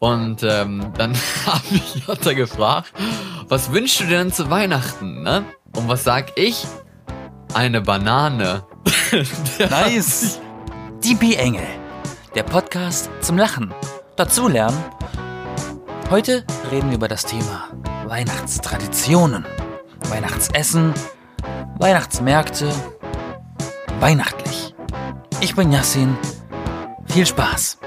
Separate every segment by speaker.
Speaker 1: Und ähm, dann habe ich Jota gefragt, was wünschst du dir denn zu Weihnachten, ne? Und was sag ich? Eine Banane. Der hat
Speaker 2: Nice. Die B-Engel. Der Podcast zum Lachen. Dazulernen. Heute reden wir über das Thema Weihnachtstraditionen, Weihnachtsessen, Weihnachtsmärkte, weihnachtlich. Ich bin Yassin. Viel Spaß.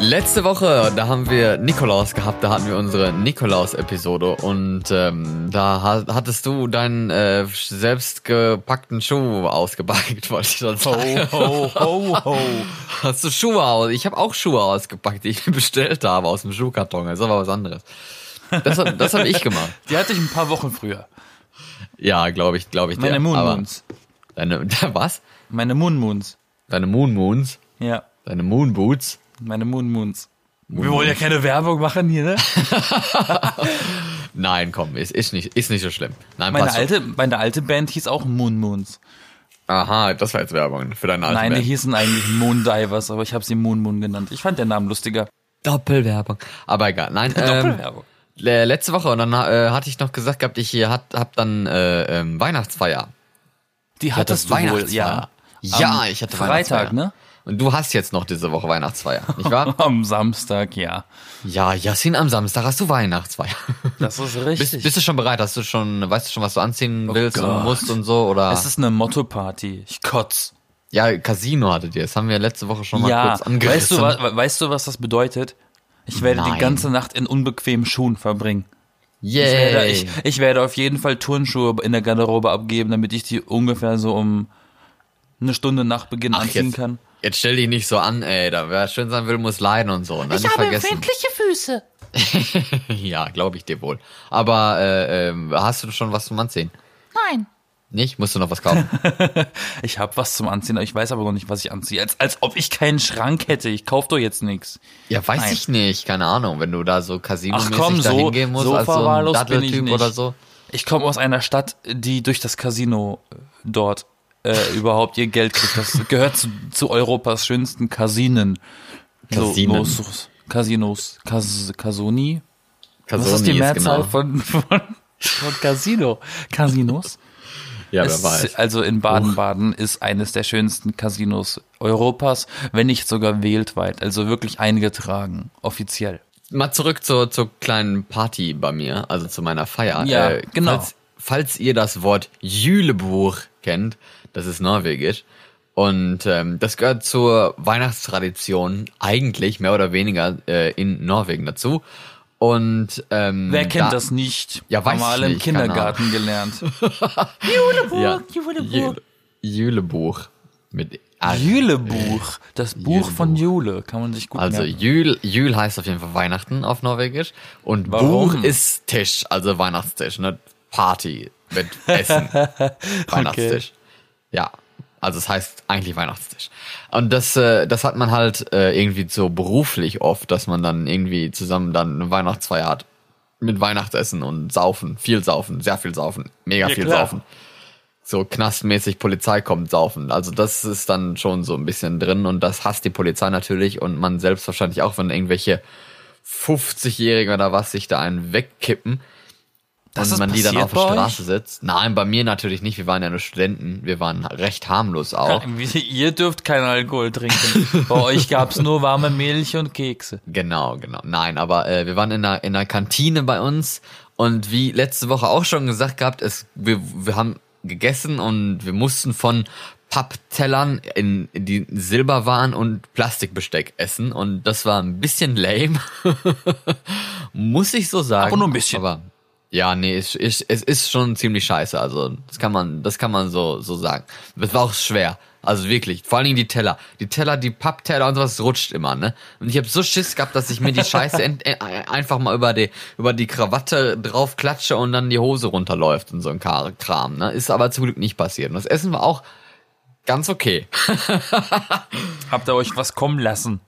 Speaker 1: Letzte Woche, da haben wir Nikolaus gehabt, da hatten wir unsere Nikolaus-Episode und ähm, da ha hattest du deinen äh, selbst gepackten Schuh ausgepackt, wollte ich schon
Speaker 2: Oh.
Speaker 1: sagen.
Speaker 2: ho, ho, ho.
Speaker 1: Hast du Schuhe aus? Ich habe auch Schuhe ausgepackt, die ich mir bestellt habe aus dem Schuhkarton. Das ist aber was anderes. Das, hab- das habe ich gemacht.
Speaker 2: Die hatte ich ein paar Wochen früher.
Speaker 1: Ja, glaube ich, glaube ich.
Speaker 2: Meine
Speaker 1: dir. Aber
Speaker 2: Moonmoons.
Speaker 1: Deine, was?
Speaker 2: Meine Moonmoons.
Speaker 1: Deine Moonmoons?
Speaker 2: Ja,
Speaker 1: Deine Moonboots?
Speaker 2: meine Moonmoons. Wir wollen ja keine Werbung machen hier, ne?
Speaker 1: Nein, komm, ist, ist, nicht, ist nicht so schlimm. Nein,
Speaker 2: Meine
Speaker 1: passt schon.
Speaker 2: alte, meine alte Band hieß auch Moonmoons.
Speaker 1: Aha, das war jetzt Werbung für deine alte
Speaker 2: Nein, die
Speaker 1: Band.
Speaker 2: hießen eigentlich Moondivers, aber ich habe sie Moon Moon genannt. Ich fand den Namen lustiger.
Speaker 1: Doppelwerbung. Aber egal, nein. Ähm,
Speaker 2: Doppelwerbung.
Speaker 1: le- letzte Woche, und dann äh, hatte ich noch gesagt gehabt, ich hat, hab dann äh, ähm, Weihnachtsfeier.
Speaker 2: Die
Speaker 1: Ich hatte
Speaker 2: hattest du wohl,
Speaker 1: Weihnachtsfeier.
Speaker 2: ja.
Speaker 1: Ja,
Speaker 2: Am
Speaker 1: ich hatte
Speaker 2: Freitag,
Speaker 1: Weihnachtsfeier.
Speaker 2: ne?
Speaker 1: Und du hast jetzt noch diese Woche Weihnachtsfeier, nicht wahr?
Speaker 2: Am Samstag, ja.
Speaker 1: ja, Jasin, am Samstag hast du Weihnachtsfeier.
Speaker 2: Das ist
Speaker 1: bist,
Speaker 2: richtig. Oh
Speaker 1: bist du schon bereit? Hast du schon, weißt du schon, was du anziehen willst und
Speaker 2: Gott.
Speaker 1: musst und so? Oder?
Speaker 2: es ist eine Motto-Party. Ich kotz.
Speaker 1: Ja, Casino hattet ihr. Das haben wir letzte Woche schon mal
Speaker 2: Ja,
Speaker 1: kurz angerissen.
Speaker 2: weißt du, wa weißt du, was das bedeutet? Ich werde
Speaker 1: Nein.
Speaker 2: die ganze Nacht in unbequemen Schuhen verbringen. Ich werde,
Speaker 1: Yay.
Speaker 2: ich, ich werde auf jeden Fall Turnschuhe in der Garderobe abgeben, damit ich die ungefähr so um eine Stunde nach Beginn
Speaker 1: Ach,
Speaker 2: anziehen
Speaker 1: jetzt,
Speaker 2: kann.
Speaker 1: jetzt stell dich nicht so an, ey. Da, wer schön sein will, muss leiden und so. Und dann nicht vergessen.
Speaker 2: Füße.
Speaker 1: ja, glaube ich dir wohl. Aber äh, ähm, hast du schon was zum Anziehen?
Speaker 2: Nein.
Speaker 1: Nicht? Musst du noch was kaufen?
Speaker 2: Ich habe was zum Anziehen, aber ich weiß aber noch nicht, was ich anziehe. Als, als ob ich keinen Schrank hätte. Ich kauf doch jetzt nichts.
Speaker 1: ja, weiß
Speaker 2: Nein.
Speaker 1: ich nicht. Keine Ahnung. Wenn du da so
Speaker 2: Ach komm,
Speaker 1: Casino-mäßig da
Speaker 2: so,
Speaker 1: hingehen musst,
Speaker 2: so
Speaker 1: als so ein
Speaker 2: verwahrlost bin ich
Speaker 1: Datteltyp
Speaker 2: nicht.
Speaker 1: oder so.
Speaker 2: Ich komme aus einer Stadt, die durch das Casino äh, dort äh, überhaupt ihr Geld kriegt. Das gehört zu, zu Europas schönsten Casinen.
Speaker 1: Casinen.
Speaker 2: So, los, Casinos. Cas Casoni? Was ist
Speaker 1: Casoni
Speaker 2: die Mehrzahl
Speaker 1: genau.
Speaker 2: von, von, von Casino? Casinos?
Speaker 1: Ja,
Speaker 2: Es- also in Baden-Baden ist eines der schönsten Casinos Europas, wenn nicht sogar weltweit. Also wirklich eingetragen, offiziell.
Speaker 1: mal zurück zur, zur kleinen Party bei mir, also zu meiner Feier. Äh,
Speaker 2: Ja, genau.
Speaker 1: Falls, falls ihr das Wort Jülebuch kennt, das ist norwegisch. Und ähm, das gehört zur Weihnachtstradition eigentlich mehr oder weniger äh, in Norwegen dazu. Und ähm,
Speaker 2: Wer kennt
Speaker 1: da-
Speaker 2: das nicht?
Speaker 1: Ja, weiß
Speaker 2: Haben wir
Speaker 1: ich
Speaker 2: alle im
Speaker 1: nicht, keine
Speaker 2: Kindergarten gelernt.
Speaker 1: Ja,
Speaker 2: Jülebuch.
Speaker 1: Jüle- Jülebuch mit A.
Speaker 2: Jülebuch. Das Buch von Jule. Kann man sich gut
Speaker 1: Also
Speaker 2: merken.
Speaker 1: Jül, Jül heißt auf jeden Fall Weihnachten auf Norwegisch und
Speaker 2: Warum?
Speaker 1: Buch ist Tisch, also Weihnachtstisch, ne? Party mit Essen. Weihnachtstisch. Ja. Also es heißt eigentlich Weihnachtstisch. Und das, äh, das hat man halt äh, irgendwie so beruflich oft, dass man dann irgendwie zusammen dann eine Weihnachtsfeier hat. Mit Weihnachtsessen und Saufen. Viel Saufen, sehr viel Saufen, mega
Speaker 2: Ja,
Speaker 1: viel
Speaker 2: klar.
Speaker 1: Saufen. So knastmäßig Polizei kommt saufen. Also das ist dann schon so ein bisschen drin und das hasst die Polizei natürlich und man selbst wahrscheinlich auch, wenn irgendwelche 50-Jährigen oder was sich da einen wegkippen
Speaker 2: Das
Speaker 1: und
Speaker 2: ist
Speaker 1: man die dann
Speaker 2: passiert
Speaker 1: auf der
Speaker 2: bei euch?
Speaker 1: Straße sitzt. Nein, bei mir natürlich nicht. Wir waren ja nur Studenten. Wir waren recht harmlos auch.
Speaker 2: Äh, Ihr dürft keinen Alkohol trinken. Bei euch gab's nur warme Milch und Kekse.
Speaker 1: Genau, genau. Nein, aber äh, wir waren in einer, in einer Kantine bei uns und wie letzte Woche auch schon gesagt gehabt, es, wir, wir haben gegessen und wir mussten von Papptellern in, in die Silberwaren und Plastikbesteck essen und das war ein bisschen lame, muss ich so sagen.
Speaker 2: Aber nur ein bisschen.
Speaker 1: Aber ja, nee, es, es, es ist schon ziemlich scheiße. Also das kann man, das kann man so so sagen. Das war auch schwer. Also wirklich. Vor allen Dingen die Teller, die Teller, die Pappteller und sowas rutscht immer, ne? Und ich habe so Schiss gehabt, dass ich mir die Scheiße ent, äh, einfach mal über die über die Krawatte drauf klatsche und dann die Hose runterläuft und so ein Kar- Kram. Ne? Ist aber zum Glück nicht passiert. Und das Essen war auch ganz okay.
Speaker 2: Habt ihr euch was kommen lassen?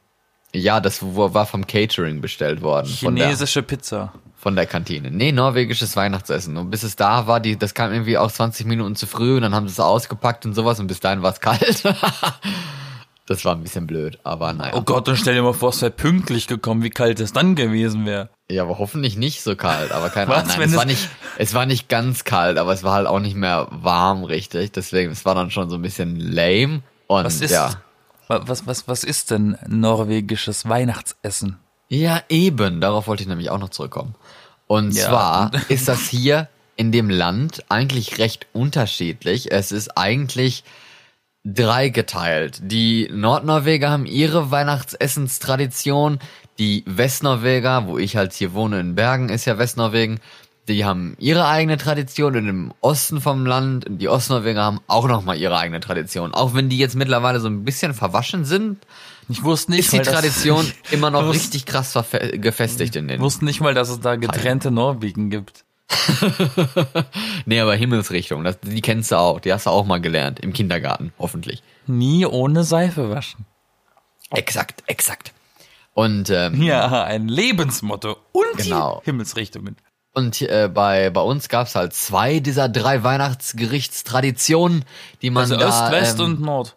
Speaker 1: Ja, das wo- war vom Catering bestellt worden. von der-
Speaker 2: Chinesische Pizza.
Speaker 1: von der Kantine. Nee, norwegisches Weihnachtsessen. Und bis es da war, die, das kam irgendwie auch 20 Minuten zu früh und dann haben sie es ausgepackt und sowas und bis dahin war es kalt. Das war ein bisschen blöd, aber naja.
Speaker 2: Oh Gott, und stell dir mal vor, es wäre pünktlich gekommen, wie kalt es dann gewesen wäre.
Speaker 1: Ja, aber hoffentlich nicht so kalt, aber keine
Speaker 2: Was,
Speaker 1: Ahnung. Nein,
Speaker 2: wenn
Speaker 1: es war
Speaker 2: es-
Speaker 1: nicht, es war nicht ganz kalt, aber es war halt auch nicht mehr warm, richtig. Deswegen, es war dann schon so ein bisschen lame. Und
Speaker 2: Was ist,
Speaker 1: ja.
Speaker 2: wa- was, was, was ist denn norwegisches Weihnachtsessen?
Speaker 1: Ja, eben. Darauf wollte ich nämlich auch noch zurückkommen. Und
Speaker 2: Ja.
Speaker 1: zwar ist das hier in dem Land eigentlich recht unterschiedlich. Es ist eigentlich dreigeteilt. Die Nordnorweger haben ihre Weihnachtsessenstradition. Die Westnorweger, wo ich halt hier wohne in Bergen, ist ja Westnorwegen. Die haben ihre eigene Tradition und im Osten vom Land, die Ostnorweger haben auch nochmal ihre eigene Tradition. Auch wenn die jetzt mittlerweile so ein bisschen verwaschen sind,
Speaker 2: Ich wusste nicht,
Speaker 1: ist die
Speaker 2: weil das-
Speaker 1: Tradition immer noch
Speaker 2: wusste-
Speaker 1: richtig krass verfe- gefestigt in
Speaker 2: Ich
Speaker 1: den.
Speaker 2: wusste nicht mal, dass es da getrennte Norwegen gibt.
Speaker 1: Nee, aber Himmelsrichtung, das, die kennst du auch, die hast du auch mal gelernt im Kindergarten, hoffentlich.
Speaker 2: Nie ohne Seife waschen.
Speaker 1: Exakt, exakt. Und ähm,
Speaker 2: Ja, ein Lebensmotto und
Speaker 1: Genau.
Speaker 2: die Himmelsrichtungen.
Speaker 1: und äh, bei bei uns gab's halt zwei dieser drei Weihnachtsgerichtstraditionen, die man
Speaker 2: Also
Speaker 1: da
Speaker 2: Ost, West
Speaker 1: ähm,
Speaker 2: und Nord.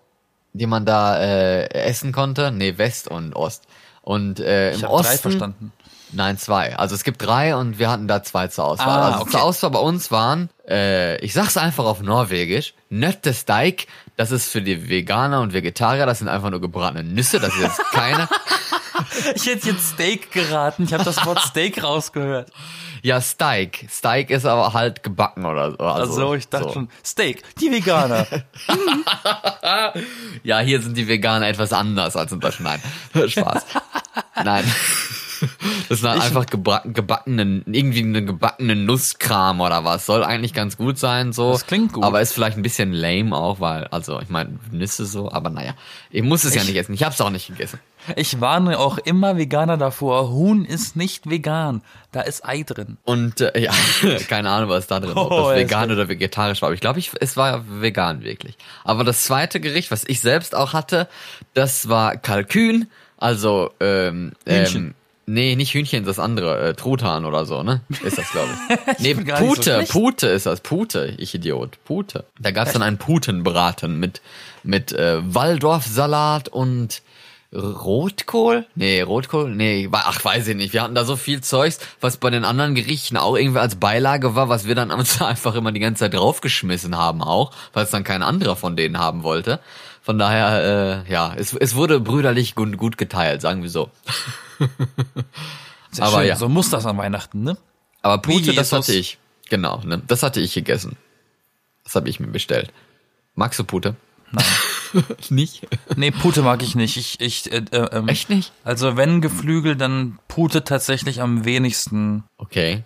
Speaker 1: die man da äh, essen konnte. Nee, West und Ost. Und äh, im
Speaker 2: Ich habe
Speaker 1: Osten
Speaker 2: drei verstanden.
Speaker 1: Nein, zwei. Also es gibt drei und wir hatten da zwei zur Auswahl.
Speaker 2: Ah,
Speaker 1: also
Speaker 2: okay.
Speaker 1: zur Auswahl bei uns waren, äh, ich sag's einfach auf Norwegisch, Nöttesteig, das ist für die Veganer und Vegetarier, das sind einfach nur gebratene Nüsse, das ist jetzt keine.
Speaker 2: Ich hätte jetzt Steak geraten. Ich habe das Wort Steak rausgehört.
Speaker 1: ja, Steak. Steak ist aber halt gebacken oder so. Also,
Speaker 2: Also, ich dachte
Speaker 1: so.
Speaker 2: schon, Steak, die Veganer.
Speaker 1: Ja, hier sind die Veganer etwas anders als in Deutschland. Nein, Spaß. Nein. Das sind halt einfach gebacken, gebackenen, irgendwie eine gebackene Nusskram oder was. Soll eigentlich ganz gut sein, so.
Speaker 2: Das klingt gut.
Speaker 1: Aber ist vielleicht ein bisschen lame auch, weil, also, ich meine, Nüsse so, aber naja. Ich muss es ja
Speaker 2: Ich-
Speaker 1: nicht essen. Ich hab's auch nicht gegessen.
Speaker 2: Ich warne auch immer Veganer davor, Huhn ist nicht vegan. Da ist Ei drin.
Speaker 1: Und, äh, ja, keine Ahnung, was da drin ist. Ob
Speaker 2: Oh,
Speaker 1: das
Speaker 2: ist
Speaker 1: vegan oder vegetarisch war. Aber ich glaube, ich, es war vegan wirklich. Aber das zweite Gericht, was ich selbst auch hatte, das war Kalkün. Also, ähm, ähm,
Speaker 2: Hühnchen.
Speaker 1: nee, nicht Hühnchen, das andere, äh, Truthahn oder so, ne? Ist das, glaube ich. nee,
Speaker 2: bin gar nicht so
Speaker 1: Pute,
Speaker 2: schlecht.
Speaker 1: Pute ist das, Pute, ich Idiot, Pute. Da gab's dann einen Putenbraten mit, mit äh, Waldorfsalat und Rotkohl? Nee, Rotkohl? Nee, wa- ach, weiß ich nicht. Wir hatten da so viel Zeugs, was bei den anderen Gerichten auch irgendwie als Beilage war, was wir dann uns einfach immer die ganze Zeit draufgeschmissen haben auch, weil es dann kein anderer von denen haben wollte. Von daher, äh, ja, es, es wurde brüderlich gut, gut geteilt, sagen wir so.
Speaker 2: Sehr
Speaker 1: Aber ja.
Speaker 2: So muss das an Weihnachten, ne?
Speaker 1: Aber Pute,
Speaker 2: Wie
Speaker 1: das
Speaker 2: Jesus.
Speaker 1: hatte ich. Genau, ne? Das hatte ich gegessen. Das habe ich mir bestellt. Magst du Pute? Nein. nicht?
Speaker 2: Nee, Pute mag ich nicht. Ich, ich, äh, äh, ähm,
Speaker 1: Echt nicht?
Speaker 2: Also wenn Geflügel, dann Pute tatsächlich am wenigsten.
Speaker 1: Okay.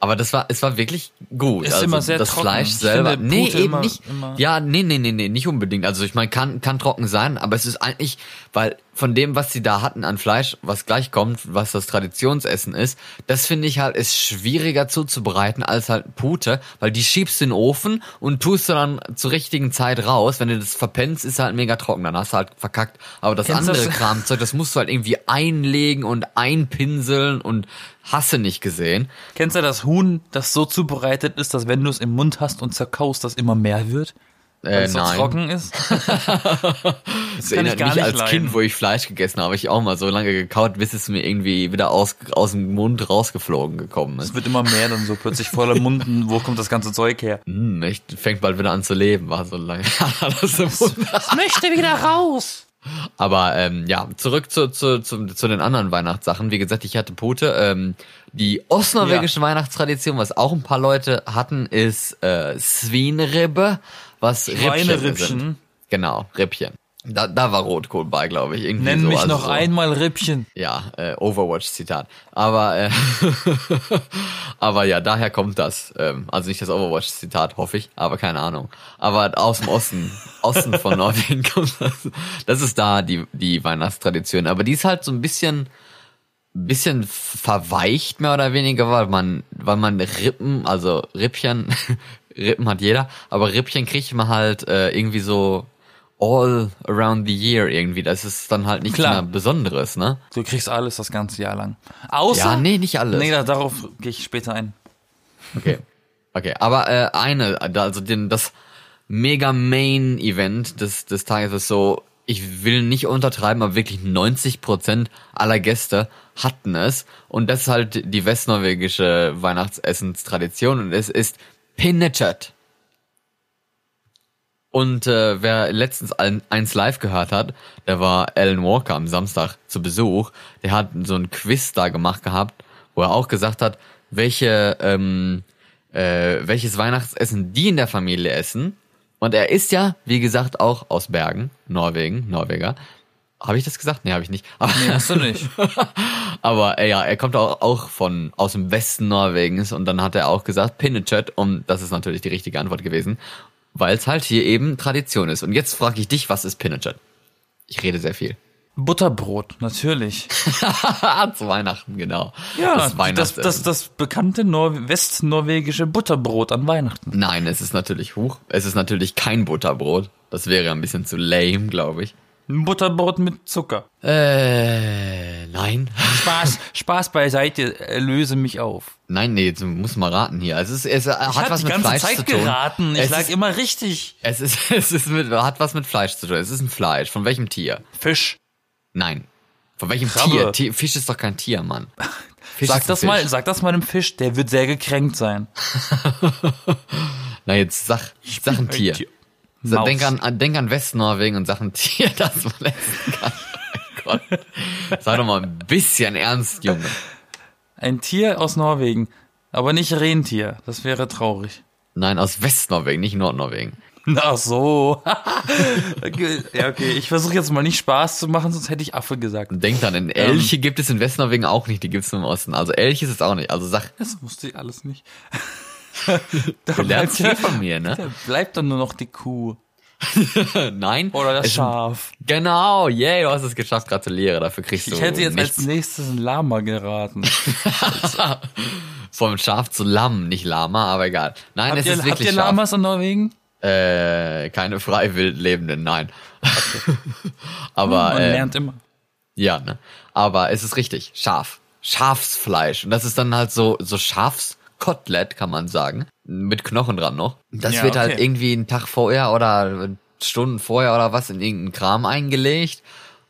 Speaker 1: Aber das war, es war wirklich gut.
Speaker 2: Ist
Speaker 1: also
Speaker 2: immer sehr
Speaker 1: das
Speaker 2: trocken.
Speaker 1: Fleisch
Speaker 2: Ich
Speaker 1: selber.
Speaker 2: finde
Speaker 1: nee,
Speaker 2: Pute
Speaker 1: eben
Speaker 2: immer-
Speaker 1: nicht.
Speaker 2: immer-
Speaker 1: Ja, nee, nee, nee, nee, nicht unbedingt. Also ich meine, kann, kann trocken sein, aber es ist eigentlich, weil von dem, was sie da hatten an Fleisch, was gleich kommt, was das Traditionsessen ist, das finde ich halt, ist schwieriger zuzubereiten als halt Pute, weil die schiebst du in den Ofen und tust du dann zur richtigen Zeit raus. Wenn du das verpennst, ist halt mega trocken, dann hast du halt verkackt. Aber das
Speaker 2: Kennst du
Speaker 1: andere
Speaker 2: das?
Speaker 1: Kramzeug, das musst du halt irgendwie einlegen und einpinseln und hasse nicht gesehen.
Speaker 2: Kennst du das Huhn, das so zubereitet ist, dass wenn du es im Mund hast und zerkaust, das immer mehr wird? Weil
Speaker 1: Äh,
Speaker 2: es so
Speaker 1: nein.
Speaker 2: trocken ist?
Speaker 1: Das
Speaker 2: kann ich
Speaker 1: erinnert
Speaker 2: gar
Speaker 1: mich
Speaker 2: nicht
Speaker 1: als
Speaker 2: leiden.
Speaker 1: Kind, wo ich Fleisch gegessen habe, habe ich auch mal so lange gekaut, bis es mir irgendwie wieder aus, aus dem Mund rausgeflogen gekommen
Speaker 2: Es
Speaker 1: ist.
Speaker 2: wird immer mehr dann so plötzlich voller Munden. Wo kommt das ganze Zeug her?
Speaker 1: Hm, echt, fängt bald wieder an zu leben, war so lange. alles im Mund.
Speaker 2: Es möchte wieder raus.
Speaker 1: Aber ähm, ja, zurück zu, zu, zu, zu den anderen Weihnachtssachen. Wie gesagt, ich hatte Pute. Ähm, die ostnorwegische Weihnachtstradition, was auch ein paar Leute hatten, ist äh, Svinribbe, was Rippchen
Speaker 2: Schweinerippchen.
Speaker 1: sind. Genau, Rippchen. Da, da war Rotkohl bei, glaube ich. Irgendwie
Speaker 2: Nenn
Speaker 1: so,
Speaker 2: mich
Speaker 1: also
Speaker 2: noch
Speaker 1: so.
Speaker 2: einmal Rippchen.
Speaker 1: Ja, äh, Overwatch-Zitat. Aber, äh, aber ja, daher kommt das. Ähm, also nicht das Overwatch-Zitat, hoffe ich, aber keine Ahnung. Aber aus dem Osten, Osten von Norwegen kommt das. Das ist da die, die Weihnachtstradition. Aber die ist halt so ein bisschen, bisschen verweicht mehr oder weniger, weil man, weil man Rippen, also Rippchen, Rippen hat jeder, aber Rippchen kriegt man halt äh, irgendwie so all around the year irgendwie. Das ist dann halt nichts
Speaker 2: Klar.
Speaker 1: mehr Besonderes, ne?
Speaker 2: Du kriegst alles das ganze Jahr lang. Außer.
Speaker 1: Ja, nee, nicht alles.
Speaker 2: Nee, da, darauf gehe ich später ein.
Speaker 1: Okay. Okay, aber äh, eine, also den, das mega Main Event des, des Tages ist so ich will nicht untertreiben, aber wirklich 90 Prozent aller Gäste hatten es. Und das ist halt die westnorwegische Weihnachtsessenstradition und es ist Pinnechet. Und äh, wer letztens ein- eins live gehört hat, der war Alan Walker am Samstag zu Besuch. Der hat so ein Quiz da gemacht gehabt, wo er auch gesagt hat, welche, ähm, äh, welches Weihnachtsessen die in der Familie essen. Und er ist ja, wie gesagt, auch aus Bergen, Norwegen, Norweger. Habe ich das gesagt? Nee, habe ich nicht. Aber,
Speaker 2: Nee, hast du nicht.
Speaker 1: aber äh, ja, er kommt auch, auch von aus dem Westen Norwegens und dann hat er auch gesagt Pinnechet und das ist natürlich die richtige Antwort gewesen, weil es halt hier eben Tradition ist. Und jetzt frage ich dich, was ist Pinnechet? Ich rede sehr viel.
Speaker 2: Butterbrot, natürlich.
Speaker 1: Zu Weihnachten, genau.
Speaker 2: das, das, das, das bekannte Nor westnorwegische Butterbrot an Weihnachten.
Speaker 1: Nein, es ist natürlich hoch. Es ist natürlich kein Butterbrot. Das wäre ein bisschen zu lame, glaube ich.
Speaker 2: Ein Butterbrot mit Zucker.
Speaker 1: Äh, nein.
Speaker 2: Spaß, Spaß beiseite, äh, löse mich auf.
Speaker 1: Nein, nee, jetzt muss mal raten hier. Also es, ist- es
Speaker 2: Ich
Speaker 1: hat
Speaker 2: hab
Speaker 1: was
Speaker 2: die
Speaker 1: mit
Speaker 2: ganze
Speaker 1: Fleisch zu
Speaker 2: Zeit
Speaker 1: tun.
Speaker 2: geraten. Ich
Speaker 1: es,
Speaker 2: lag
Speaker 1: ist,
Speaker 2: immer richtig.
Speaker 1: es ist, es ist mit, hat was mit Fleisch zu tun. Es ist ein Fleisch. Von welchem Tier?
Speaker 2: Fisch.
Speaker 1: Nein. Von welchem
Speaker 2: Krabbe.
Speaker 1: Tier? Tier? Fisch ist doch kein Tier, Mann. Fisch
Speaker 2: Sag
Speaker 1: ist ein
Speaker 2: das,
Speaker 1: Fisch.
Speaker 2: mal, sag das mal dem Fisch, der wird sehr gekränkt sein.
Speaker 1: Na jetzt sag, sag ein Tier. So,
Speaker 2: Maus.
Speaker 1: denk an, an- denk an Westnorwegen und sag ein Tier, das man essen kann. Mein Gott. Sei doch mal ein bisschen ernst, Junge.
Speaker 2: Ein Tier aus Norwegen, aber nicht Rentier. Das wäre traurig.
Speaker 1: Nein, aus Westnorwegen, nicht Nordnorwegen.
Speaker 2: Ach so. Okay, ja, okay. Ich versuche jetzt mal nicht Spaß zu machen, sonst hätte ich Affe gesagt.
Speaker 1: Denk dann, in Elche gibt es in Westnorwegen auch nicht, die gibt es nur im Osten. Also Elche ist es auch nicht. Also sag,
Speaker 2: Das wusste ich alles nicht.
Speaker 1: du lernst
Speaker 2: ja-
Speaker 1: viel von mir, ne?
Speaker 2: Da bleibt dann nur noch die Kuh.
Speaker 1: Nein.
Speaker 2: Oder das
Speaker 1: es sind-
Speaker 2: Schaf.
Speaker 1: Genau, yay, du hast es geschafft, gratuliere, dafür kriegst du
Speaker 2: Ich hätte jetzt
Speaker 1: nichts.
Speaker 2: als nächstes ein Lama geraten.
Speaker 1: Vom Schaf zu Lamm, nicht Lama, aber egal. Nein,
Speaker 2: habt
Speaker 1: es
Speaker 2: ihr,
Speaker 1: ist
Speaker 2: habt
Speaker 1: wirklich
Speaker 2: ihr
Speaker 1: Schaf.
Speaker 2: Lamas in Norwegen?
Speaker 1: Äh, keine frei wild lebenden, nein. Aber
Speaker 2: Man
Speaker 1: äh,
Speaker 2: lernt immer.
Speaker 1: ja, ne? Aber es ist richtig, Schaf, Schafsfleisch und das ist dann halt so so Schafskotelett, kann man sagen, mit Knochen dran noch. Das
Speaker 2: Ja,
Speaker 1: wird halt
Speaker 2: okay.
Speaker 1: irgendwie einen Tag vorher oder Stunden vorher oder was in irgendeinen Kram eingelegt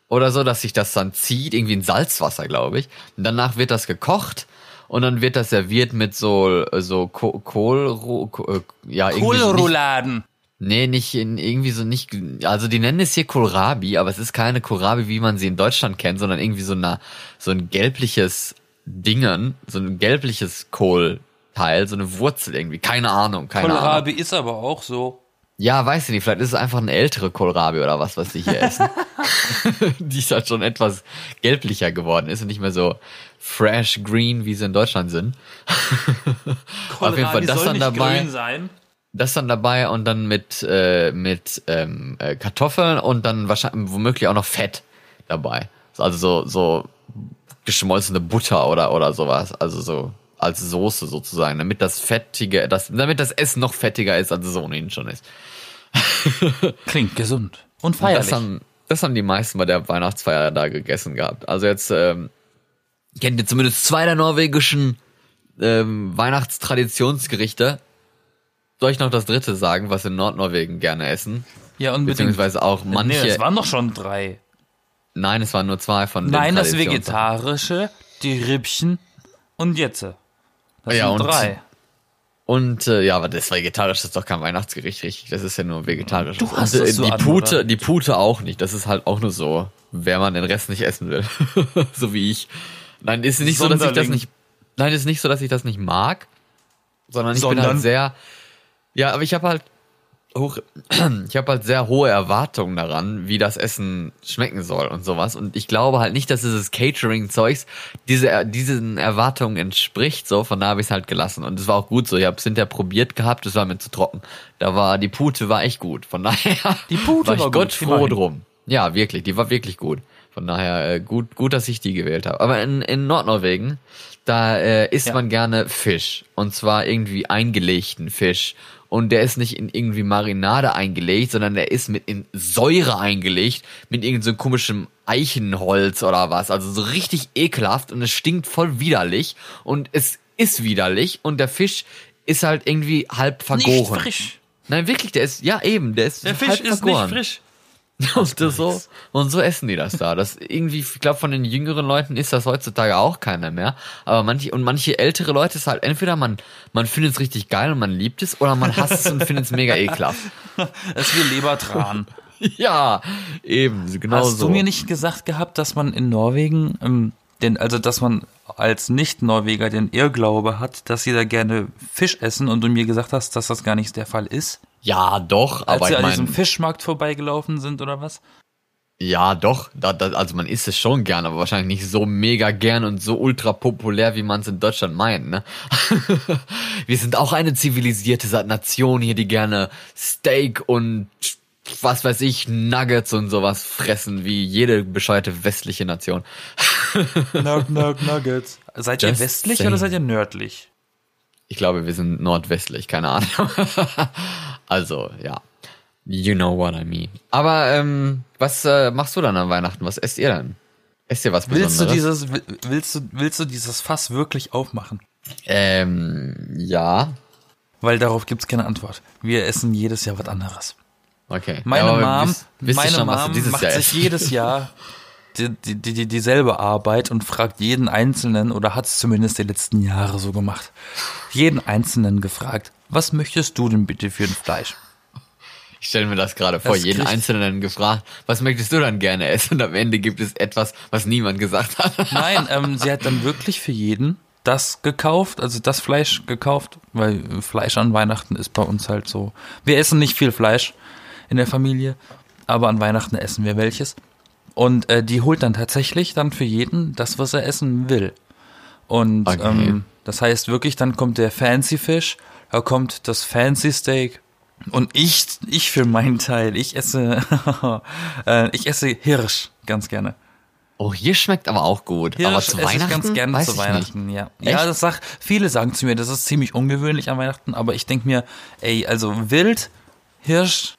Speaker 1: oder so, dass sich das dann zieht, irgendwie in Salzwasser, glaube ich. Und danach wird das gekocht. Und dann wird das serviert mit so, so Ko- Kohl, Kohl, ja, irgendwie so nicht-
Speaker 2: Kohlrouladen.
Speaker 1: Nee, nicht in irgendwie so nicht. Also die nennen es hier Kohlrabi, aber es ist keine Kohlrabi, wie man sie in Deutschland kennt, sondern irgendwie so eine, so ein gelbliches Dingen, so ein gelbliches Kohlteil, so eine Wurzel irgendwie. Keine Ahnung, keine Ahnung.
Speaker 2: Kohlrabi ist aber auch so.
Speaker 1: Ja, weiß ich nicht, vielleicht ist es einfach eine ältere Kohlrabi oder was, was sie hier essen. die ist halt schon etwas gelblicher geworden ist und nicht mehr so fresh green, wie sie in Deutschland sind. Auf jeden Fall das dann dabei
Speaker 2: sein.
Speaker 1: das dann dabei und dann mit, äh, mit ähm, äh, Kartoffeln und dann wahrscheinlich womöglich auch noch Fett dabei. Also so, so geschmolzene Butter oder, oder sowas. Also so als Soße sozusagen, damit das fettige, das, damit das Essen noch fettiger ist, als es ohnehin schon ist.
Speaker 2: Klingt gesund. Und
Speaker 1: Und
Speaker 2: feierlich.
Speaker 1: Das haben, das haben die meisten bei der Weihnachtsfeier da gegessen gehabt. Also jetzt ähm, kennt ihr zumindest zwei der norwegischen ähm, Weihnachtstraditionsgerichte. Soll ich noch das dritte sagen, was in Nordnorwegen gerne essen?
Speaker 2: ja, unbedingt.
Speaker 1: Beziehungsweise auch manche.
Speaker 2: Nee, es waren doch schon drei.
Speaker 1: nein, es waren nur zwei von den
Speaker 2: Nein, das
Speaker 1: Traditions-
Speaker 2: Vegetarische, die Rippchen und jetzt. Das
Speaker 1: Ja,
Speaker 2: sind
Speaker 1: und-
Speaker 2: drei.
Speaker 1: Und äh, ja, aber das Vegetarische ist doch kein Weihnachtsgericht, richtig? Das ist ja nur vegetarisch.
Speaker 2: Du hast
Speaker 1: Und,
Speaker 2: das so
Speaker 1: die
Speaker 2: an,
Speaker 1: Pute,
Speaker 2: oder?
Speaker 1: die Pute auch nicht. Das ist halt auch nur so, wer man den Rest nicht essen will, so wie ich. Nein, ist nicht so, dass ich das
Speaker 2: Sonderling.
Speaker 1: nicht. Nein, ist nicht so, dass ich das nicht mag, sondern ich bin
Speaker 2: Sondern?
Speaker 1: halt sehr. Ja, aber ich habe halt hoch, ich habe halt sehr hohe Erwartungen daran, wie das Essen schmecken soll und sowas. Und ich glaube halt nicht, dass dieses Catering-Zeugs diese, äh, diesen Erwartungen entspricht. So, von da habe ich es halt gelassen. Und es war auch gut so. Ich habe es hinterher probiert gehabt, es war mir zu trocken. Da war, die Pute war echt gut. Von daher
Speaker 2: Die Pute
Speaker 1: war ich
Speaker 2: war gut,
Speaker 1: Gott froh
Speaker 2: immerhin.
Speaker 1: drum. Ja, wirklich, die war wirklich gut. Von daher äh, gut, gut, dass ich die gewählt habe. Aber in, in Nordnorwegen, da äh, isst
Speaker 2: Ja.
Speaker 1: man gerne Fisch. Und zwar irgendwie eingelegten Fisch. Und der ist nicht in irgendwie Marinade eingelegt, sondern der ist mit in Säure eingelegt, mit irgend so komischem Eichenholz oder was. Also so richtig ekelhaft und es stinkt voll widerlich. Und es ist widerlich und der Fisch ist halt irgendwie halb vergoren.
Speaker 2: Nicht frisch.
Speaker 1: Nein, wirklich, der ist, ja eben, der ist halb
Speaker 2: Der Fisch ist
Speaker 1: vergoren.
Speaker 2: nicht frisch.
Speaker 1: Und das so, und so essen die das da. Das irgendwie, ich glaube, von den jüngeren Leuten ist das heutzutage auch keiner mehr. Aber manche, und manche ältere Leute ist halt entweder man, man findet es richtig geil und man liebt es oder man hasst es und findet es mega ekelhaft.
Speaker 2: Das ist wie Lebertran.
Speaker 1: Ja, eben, genau
Speaker 2: Hast
Speaker 1: so.
Speaker 2: du mir nicht gesagt gehabt, dass man in Norwegen, ähm, den, also dass man als Nicht-Norweger den Irrglaube hat, dass sie da gerne Fisch essen und du mir gesagt hast, dass das gar nicht der Fall ist?
Speaker 1: ja, doch,
Speaker 2: Als
Speaker 1: aber
Speaker 2: sie
Speaker 1: ich
Speaker 2: an diesem
Speaker 1: meine,
Speaker 2: Fischmarkt vorbeigelaufen sind oder was?
Speaker 1: ja, doch, da, da, also man isst es schon gern, aber wahrscheinlich nicht so mega gern und so ultra populär, wie man es in Deutschland meint, ne? Wir sind auch eine zivilisierte Nation hier, die gerne Steak und was weiß ich, Nuggets und sowas fressen, wie jede bescheuerte westliche Nation.
Speaker 2: Nug, nug, nuggets. Seid ihr
Speaker 1: Just
Speaker 2: westlich
Speaker 1: saying.
Speaker 2: oder seid ihr nördlich?
Speaker 1: Ich glaube, wir sind nordwestlich, keine Ahnung. also, ja. You know what I mean. Aber ähm, was äh, machst du dann an Weihnachten? Was esst ihr dann? Esst ihr was Besonderes?
Speaker 2: Willst du dieses, will- willst du, willst du dieses Fass wirklich aufmachen?
Speaker 1: Ähm, ja.
Speaker 2: Weil darauf gibt's keine Antwort. Wir essen jedes Jahr was anderes.
Speaker 1: Okay.
Speaker 2: Meine
Speaker 1: Ja, aber
Speaker 2: Mom,
Speaker 1: wisst- wisst ihr
Speaker 2: meine
Speaker 1: schon, was du
Speaker 2: Mom
Speaker 1: dieses
Speaker 2: macht
Speaker 1: Jahr
Speaker 2: sich
Speaker 1: isst?
Speaker 2: jedes Jahr die, die, die, die, dieselbe Arbeit und fragt jeden Einzelnen, oder hat es zumindest die letzten Jahre so gemacht, jeden Einzelnen gefragt, was möchtest du denn bitte für ein Fleisch?
Speaker 1: Ich stelle mir das gerade vor,
Speaker 2: Das
Speaker 1: jeden
Speaker 2: kriegt-
Speaker 1: Einzelnen gefragt, was möchtest du dann gerne essen? Und am Ende gibt es etwas, was niemand gesagt hat.
Speaker 2: Nein, ähm, sie hat dann wirklich für jeden das gekauft, also das Fleisch gekauft, weil äh, Fleisch an Weihnachten ist bei uns halt so. Wir essen nicht viel Fleisch in der Familie, aber an Weihnachten essen wir welches. Und äh, die holt dann tatsächlich dann für jeden das, was er essen will. Und
Speaker 1: Okay.
Speaker 2: ähm, das heißt wirklich, dann kommt der Fancy Fish, da kommt das Fancy Steak. Und ich, ich für meinen Teil, ich esse, äh, ich esse Hirsch ganz gerne.
Speaker 1: Oh, hier schmeckt aber auch gut. aber zu
Speaker 2: esse ich
Speaker 1: Weihnachten?
Speaker 2: ganz gerne
Speaker 1: weiß
Speaker 2: zu
Speaker 1: ich
Speaker 2: Weihnachten,
Speaker 1: nicht.
Speaker 2: ja.
Speaker 1: Echt?
Speaker 2: Ja, das sag, viele sagen zu mir, das ist ziemlich ungewöhnlich an Weihnachten, aber ich denk mir, ey, also wild, Hirsch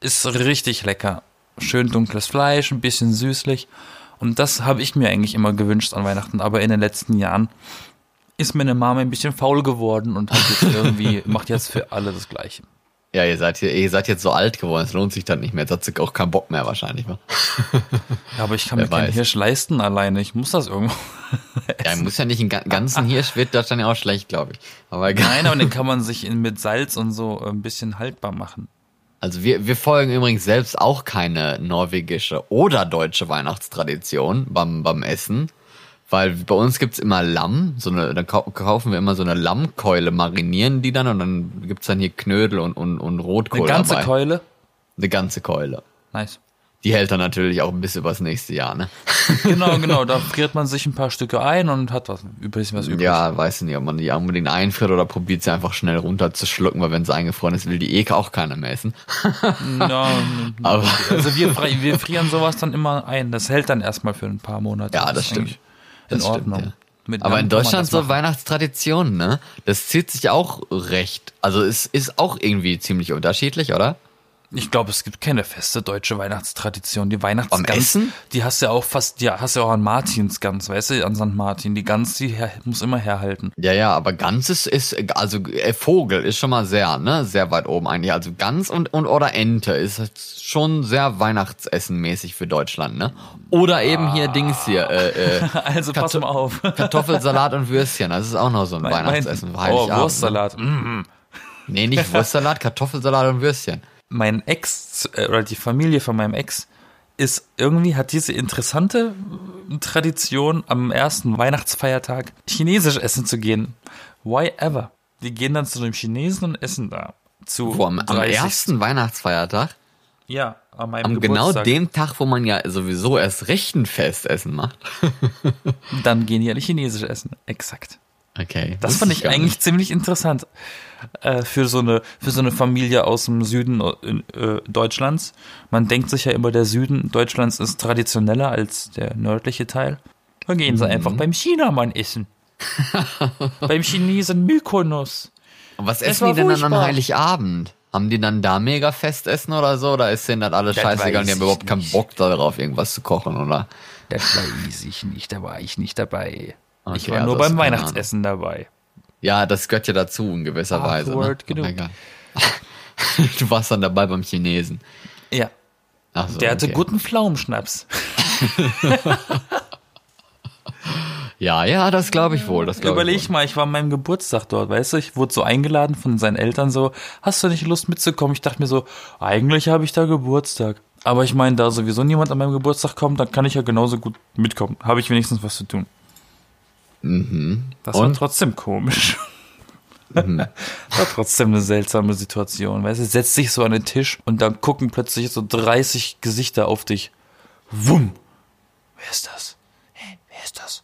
Speaker 2: ist richtig lecker. Schön dunkles Fleisch, ein bisschen süßlich. Und das habe ich mir eigentlich immer gewünscht an Weihnachten, aber in den letzten Jahren ist meine Mama ein bisschen faul geworden und hat jetzt irgendwie, macht jetzt für alle das Gleiche.
Speaker 1: Ja, ihr seid, hier, ihr seid jetzt so alt geworden, es lohnt sich dann nicht mehr. Jetzt hat sie auch keinen Bock mehr wahrscheinlich. wa?
Speaker 2: Ja, aber ich kann
Speaker 1: Wer
Speaker 2: mir keinen
Speaker 1: weiß.
Speaker 2: Hirsch leisten alleine. Ich muss das irgendwo.
Speaker 1: Ja, muss ja nicht den ga- ganzen Hirsch, wird das dann ja auch schlecht, glaube ich. Aber egal.
Speaker 2: Nein, aber den kann man sich in, mit Salz und so äh, ein bisschen haltbar machen.
Speaker 1: Also wir, wir folgen übrigens selbst auch keine norwegische oder deutsche Weihnachtstradition beim, beim Essen. Weil bei uns gibt's immer Lamm, so eine, dann kau- kaufen wir immer so eine Lammkeule, marinieren die dann und dann gibt's dann hier Knödel und, und, und Rotkohl
Speaker 2: Eine ganze
Speaker 1: dabei.
Speaker 2: Keule.
Speaker 1: Eine ganze Keule.
Speaker 2: Nice.
Speaker 1: Die hält dann natürlich auch ein bisschen übers nächste Jahr, ne?
Speaker 2: Genau, genau. Da friert man sich ein paar Stücke ein und hat was, ein bisschen was übrig.
Speaker 1: Ja, weiß nicht, ob man die unbedingt einfriert oder probiert sie einfach schnell runterzuschlucken, weil wenn sie eingefroren ist, will die eh auch keiner mehr essen.
Speaker 2: Ja,
Speaker 1: Aber
Speaker 2: also wir, fri- wir frieren sowas dann immer ein. Das hält dann erstmal für ein paar Monate.
Speaker 1: Ja, das
Speaker 2: ist
Speaker 1: stimmt.
Speaker 2: eigentlich In
Speaker 1: Das stimmt,
Speaker 2: Ordnung.
Speaker 1: ja. Aber in
Speaker 2: Mit Lamm kann man
Speaker 1: Deutschland
Speaker 2: das
Speaker 1: so
Speaker 2: machen.
Speaker 1: Weihnachtstradition, ne? Das zieht sich auch recht. Also es ist auch irgendwie ziemlich unterschiedlich, oder?
Speaker 2: Ich glaube, es gibt keine feste deutsche Weihnachtstradition. Die Weihnachtsgans,
Speaker 1: Am Essen?
Speaker 2: die hast du ja auch fast, die hast du ja auch an Martinsgans, weißt du, an St. Martin. Die Gans, die her, muss immer herhalten.
Speaker 1: Ja, ja, aber Ganzes ist, also äh, Vogel ist schon mal sehr, ne? Sehr weit oben eigentlich. Also Gans und, und oder Ente ist halt schon sehr Weihnachtsessenmäßig für Deutschland, ne? Oder eben hier Dings hier, äh, äh,
Speaker 2: Also pass
Speaker 1: Karto-
Speaker 2: mal auf.
Speaker 1: Kartoffelsalat und Würstchen. Das ist auch noch so ein Weihnachtsessen.
Speaker 2: mein, oh,
Speaker 1: Heiligabend, ne?
Speaker 2: Wurstsalat. Mm.
Speaker 1: Nee, nicht Wurstsalat, Kartoffelsalat und Würstchen.
Speaker 2: mein Ex äh, oder die Familie von meinem Ex ist irgendwie hat diese interessante äh, Tradition am ersten Weihnachtsfeiertag chinesisch essen zu gehen. Why ever? Die gehen dann zu einem Chinesen und essen da. Zu
Speaker 1: Boah, am, am
Speaker 2: 30.
Speaker 1: ersten Weihnachtsfeiertag.
Speaker 2: Ja, an meinem
Speaker 1: Am genau
Speaker 2: Geburtstag.
Speaker 1: dem Tag, wo man ja sowieso erst recht ein Festessen macht.
Speaker 2: Dann gehen die alle chinesisch essen. Exakt.
Speaker 1: Okay.
Speaker 2: Das
Speaker 1: wusste
Speaker 2: fand ich
Speaker 1: gar
Speaker 2: eigentlich
Speaker 1: nicht.
Speaker 2: ziemlich interessant äh, für so eine für so eine Familie aus dem Süden äh, Deutschlands. Man denkt sich ja immer, der Süden Deutschlands ist traditioneller als der nördliche Teil. Dann gehen sie einfach beim Chinamann essen, beim Chinesen Mykonos.
Speaker 1: Und was
Speaker 2: war
Speaker 1: essen die denn dann
Speaker 2: furchtbar.
Speaker 1: an Heiligabend? Haben die dann da mega Festessen oder so? Oder ist denen das alles
Speaker 2: Das
Speaker 1: scheißegal und
Speaker 2: weiß
Speaker 1: die haben überhaupt
Speaker 2: ich
Speaker 1: keinen
Speaker 2: nicht.
Speaker 1: Bock darauf, irgendwas zu kochen, oder?
Speaker 2: Das weiß ich nicht, da war ich nicht dabei. ich
Speaker 1: Okay,
Speaker 2: war
Speaker 1: also
Speaker 2: nur
Speaker 1: hast
Speaker 2: beim
Speaker 1: du keine
Speaker 2: Weihnachtsessen dabei.
Speaker 1: Ja, das gehört ja dazu in gewisser Weise. Ne?
Speaker 2: Awkward genug.
Speaker 1: mein Gott. Du warst dann dabei beim Chinesen.
Speaker 2: Ja.
Speaker 1: Ach so,
Speaker 2: Der hatte
Speaker 1: okay.
Speaker 2: guten Pflaumenschnaps.
Speaker 1: Ja, ja, das glaube ich wohl. Das glaub ich
Speaker 2: Überleg
Speaker 1: wohl.
Speaker 2: mal, ich war an meinem Geburtstag dort, weißt du, ich wurde so eingeladen von seinen Eltern so, hast du nicht Lust mitzukommen? Ich dachte mir so, eigentlich habe ich da Geburtstag. Aber ich meine, da sowieso niemand an meinem Geburtstag kommt, dann kann ich ja genauso gut mitkommen. Habe ich wenigstens was zu tun. Mhm. Das war
Speaker 1: Und? Mhm.
Speaker 2: trotzdem komisch. war trotzdem eine seltsame Situation, weißt du, setzt dich so an den Tisch und dann gucken plötzlich so 30 Gesichter auf dich. Wumm! Wer ist das? Hä, wer ist das?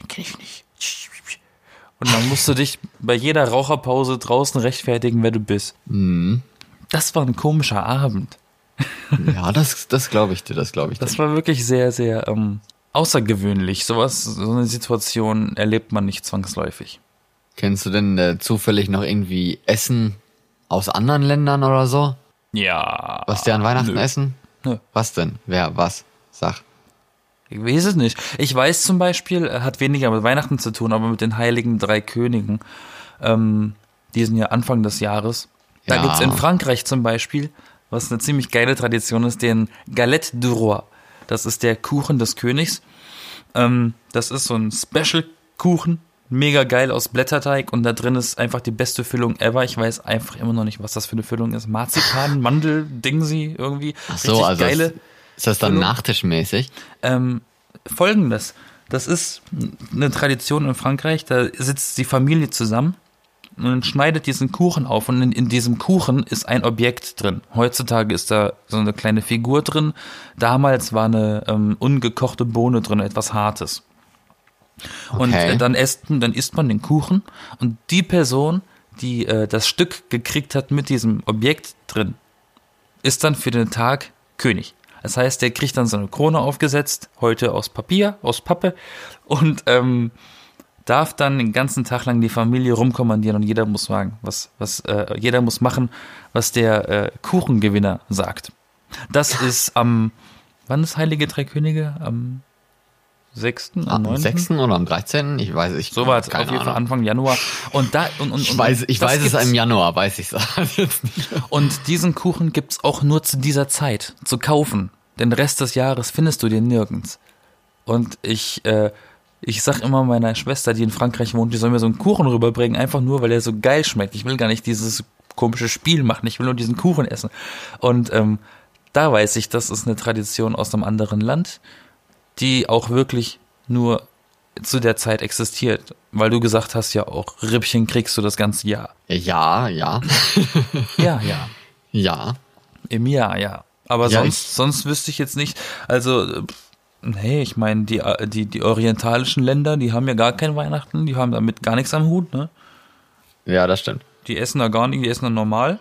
Speaker 2: Den kenne ich nicht. Und dann musst du dich bei jeder Raucherpause draußen rechtfertigen, wer du bist. Das war ein komischer Abend.
Speaker 1: Ja, das, das glaube ich dir, das glaube ich dir.
Speaker 2: Das war wirklich sehr, sehr ähm, außergewöhnlich. Sowas, so eine Situation erlebt man nicht zwangsläufig.
Speaker 1: Kennst du denn äh, zufällig noch irgendwie Essen aus anderen Ländern oder so?
Speaker 2: Ja.
Speaker 1: Was die an Weihnachten
Speaker 2: nö.
Speaker 1: essen?
Speaker 2: Nö.
Speaker 1: Was denn? Wer, was? Sag.
Speaker 2: Ich weiß es nicht. Ich weiß zum Beispiel, äh, hat weniger mit Weihnachten zu tun, aber mit den Heiligen Drei Königen. Ähm, die sind ja Anfang des Jahres. Da
Speaker 1: Ja.
Speaker 2: gibt's in Frankreich zum Beispiel, was eine ziemlich geile Tradition ist, den Galette du Roi. Das ist der Kuchen des Königs. Ähm, das ist so ein Special-Kuchen. Mega geil aus Blätterteig und da drin ist einfach die beste Füllung ever. Ich weiß einfach immer noch nicht, was das für eine Füllung ist. Marzipan, Mandel, Dingsi irgendwie.
Speaker 1: Ach so, also ist, ist das dann
Speaker 2: Füllung.
Speaker 1: nachtischmäßig?
Speaker 2: ähm, folgendes. Das ist eine Tradition in Frankreich, da sitzt die Familie zusammen und schneidet diesen Kuchen auf und in, in diesem Kuchen ist ein Objekt drin. Heutzutage ist da so eine kleine Figur drin. Damals war eine ähm, ungekochte Bohne drin, etwas Hartes. Und
Speaker 1: Okay.
Speaker 2: äh, dann, esst, dann isst man den Kuchen und die Person, die äh, das Stück gekriegt hat mit diesem Objekt drin, ist dann für den Tag König. Das heißt, der kriegt dann seine Krone aufgesetzt, heute aus Papier, aus Pappe und ähm, darf dann den ganzen Tag lang die Familie rumkommandieren und jeder muss sagen, was, was, äh, jeder muss machen, was der äh, Kuchengewinner sagt. Das ist am, wann ist Heilige Drei Könige? Am 6., am
Speaker 1: Am
Speaker 2: 9.?
Speaker 1: 6. oder am 13.? Ich weiß ich
Speaker 2: So war es auf
Speaker 1: keine
Speaker 2: jeden Fall
Speaker 1: Ahnung.
Speaker 2: Anfang Januar. Und da und, und,
Speaker 1: Ich
Speaker 2: und
Speaker 1: weiß, ich
Speaker 2: das
Speaker 1: weiß es
Speaker 2: gibt's-
Speaker 1: im Januar, weiß ich es jetzt nicht.
Speaker 2: Und diesen Kuchen gibt's auch nur zu dieser Zeit zu kaufen. Den Rest des Jahres findest du den nirgends. Und ich, äh, ich sag immer meiner Schwester, die in Frankreich wohnt, die soll mir so einen Kuchen rüberbringen, einfach nur, weil der so geil schmeckt. Ich will gar nicht dieses komische Spiel machen, ich will nur diesen Kuchen essen. Und ähm, da weiß ich, das ist eine Tradition aus einem anderen Land, die auch wirklich nur zu der Zeit existiert. Weil du gesagt hast ja auch, Rippchen kriegst du das ganze Jahr.
Speaker 1: Ja, ja,
Speaker 2: Ja, ja.
Speaker 1: ja.
Speaker 2: Im Jahr, ja. Aber
Speaker 1: Ja,
Speaker 2: sonst, sonst wüsste ich jetzt nicht. Also, äh, pf, nee, ich meine, die, äh, die, die orientalischen Länder, die haben ja gar kein Weihnachten, die haben damit gar nichts am Hut, ne?
Speaker 1: Ja, das stimmt.
Speaker 2: Die essen da gar nicht, die essen da normal.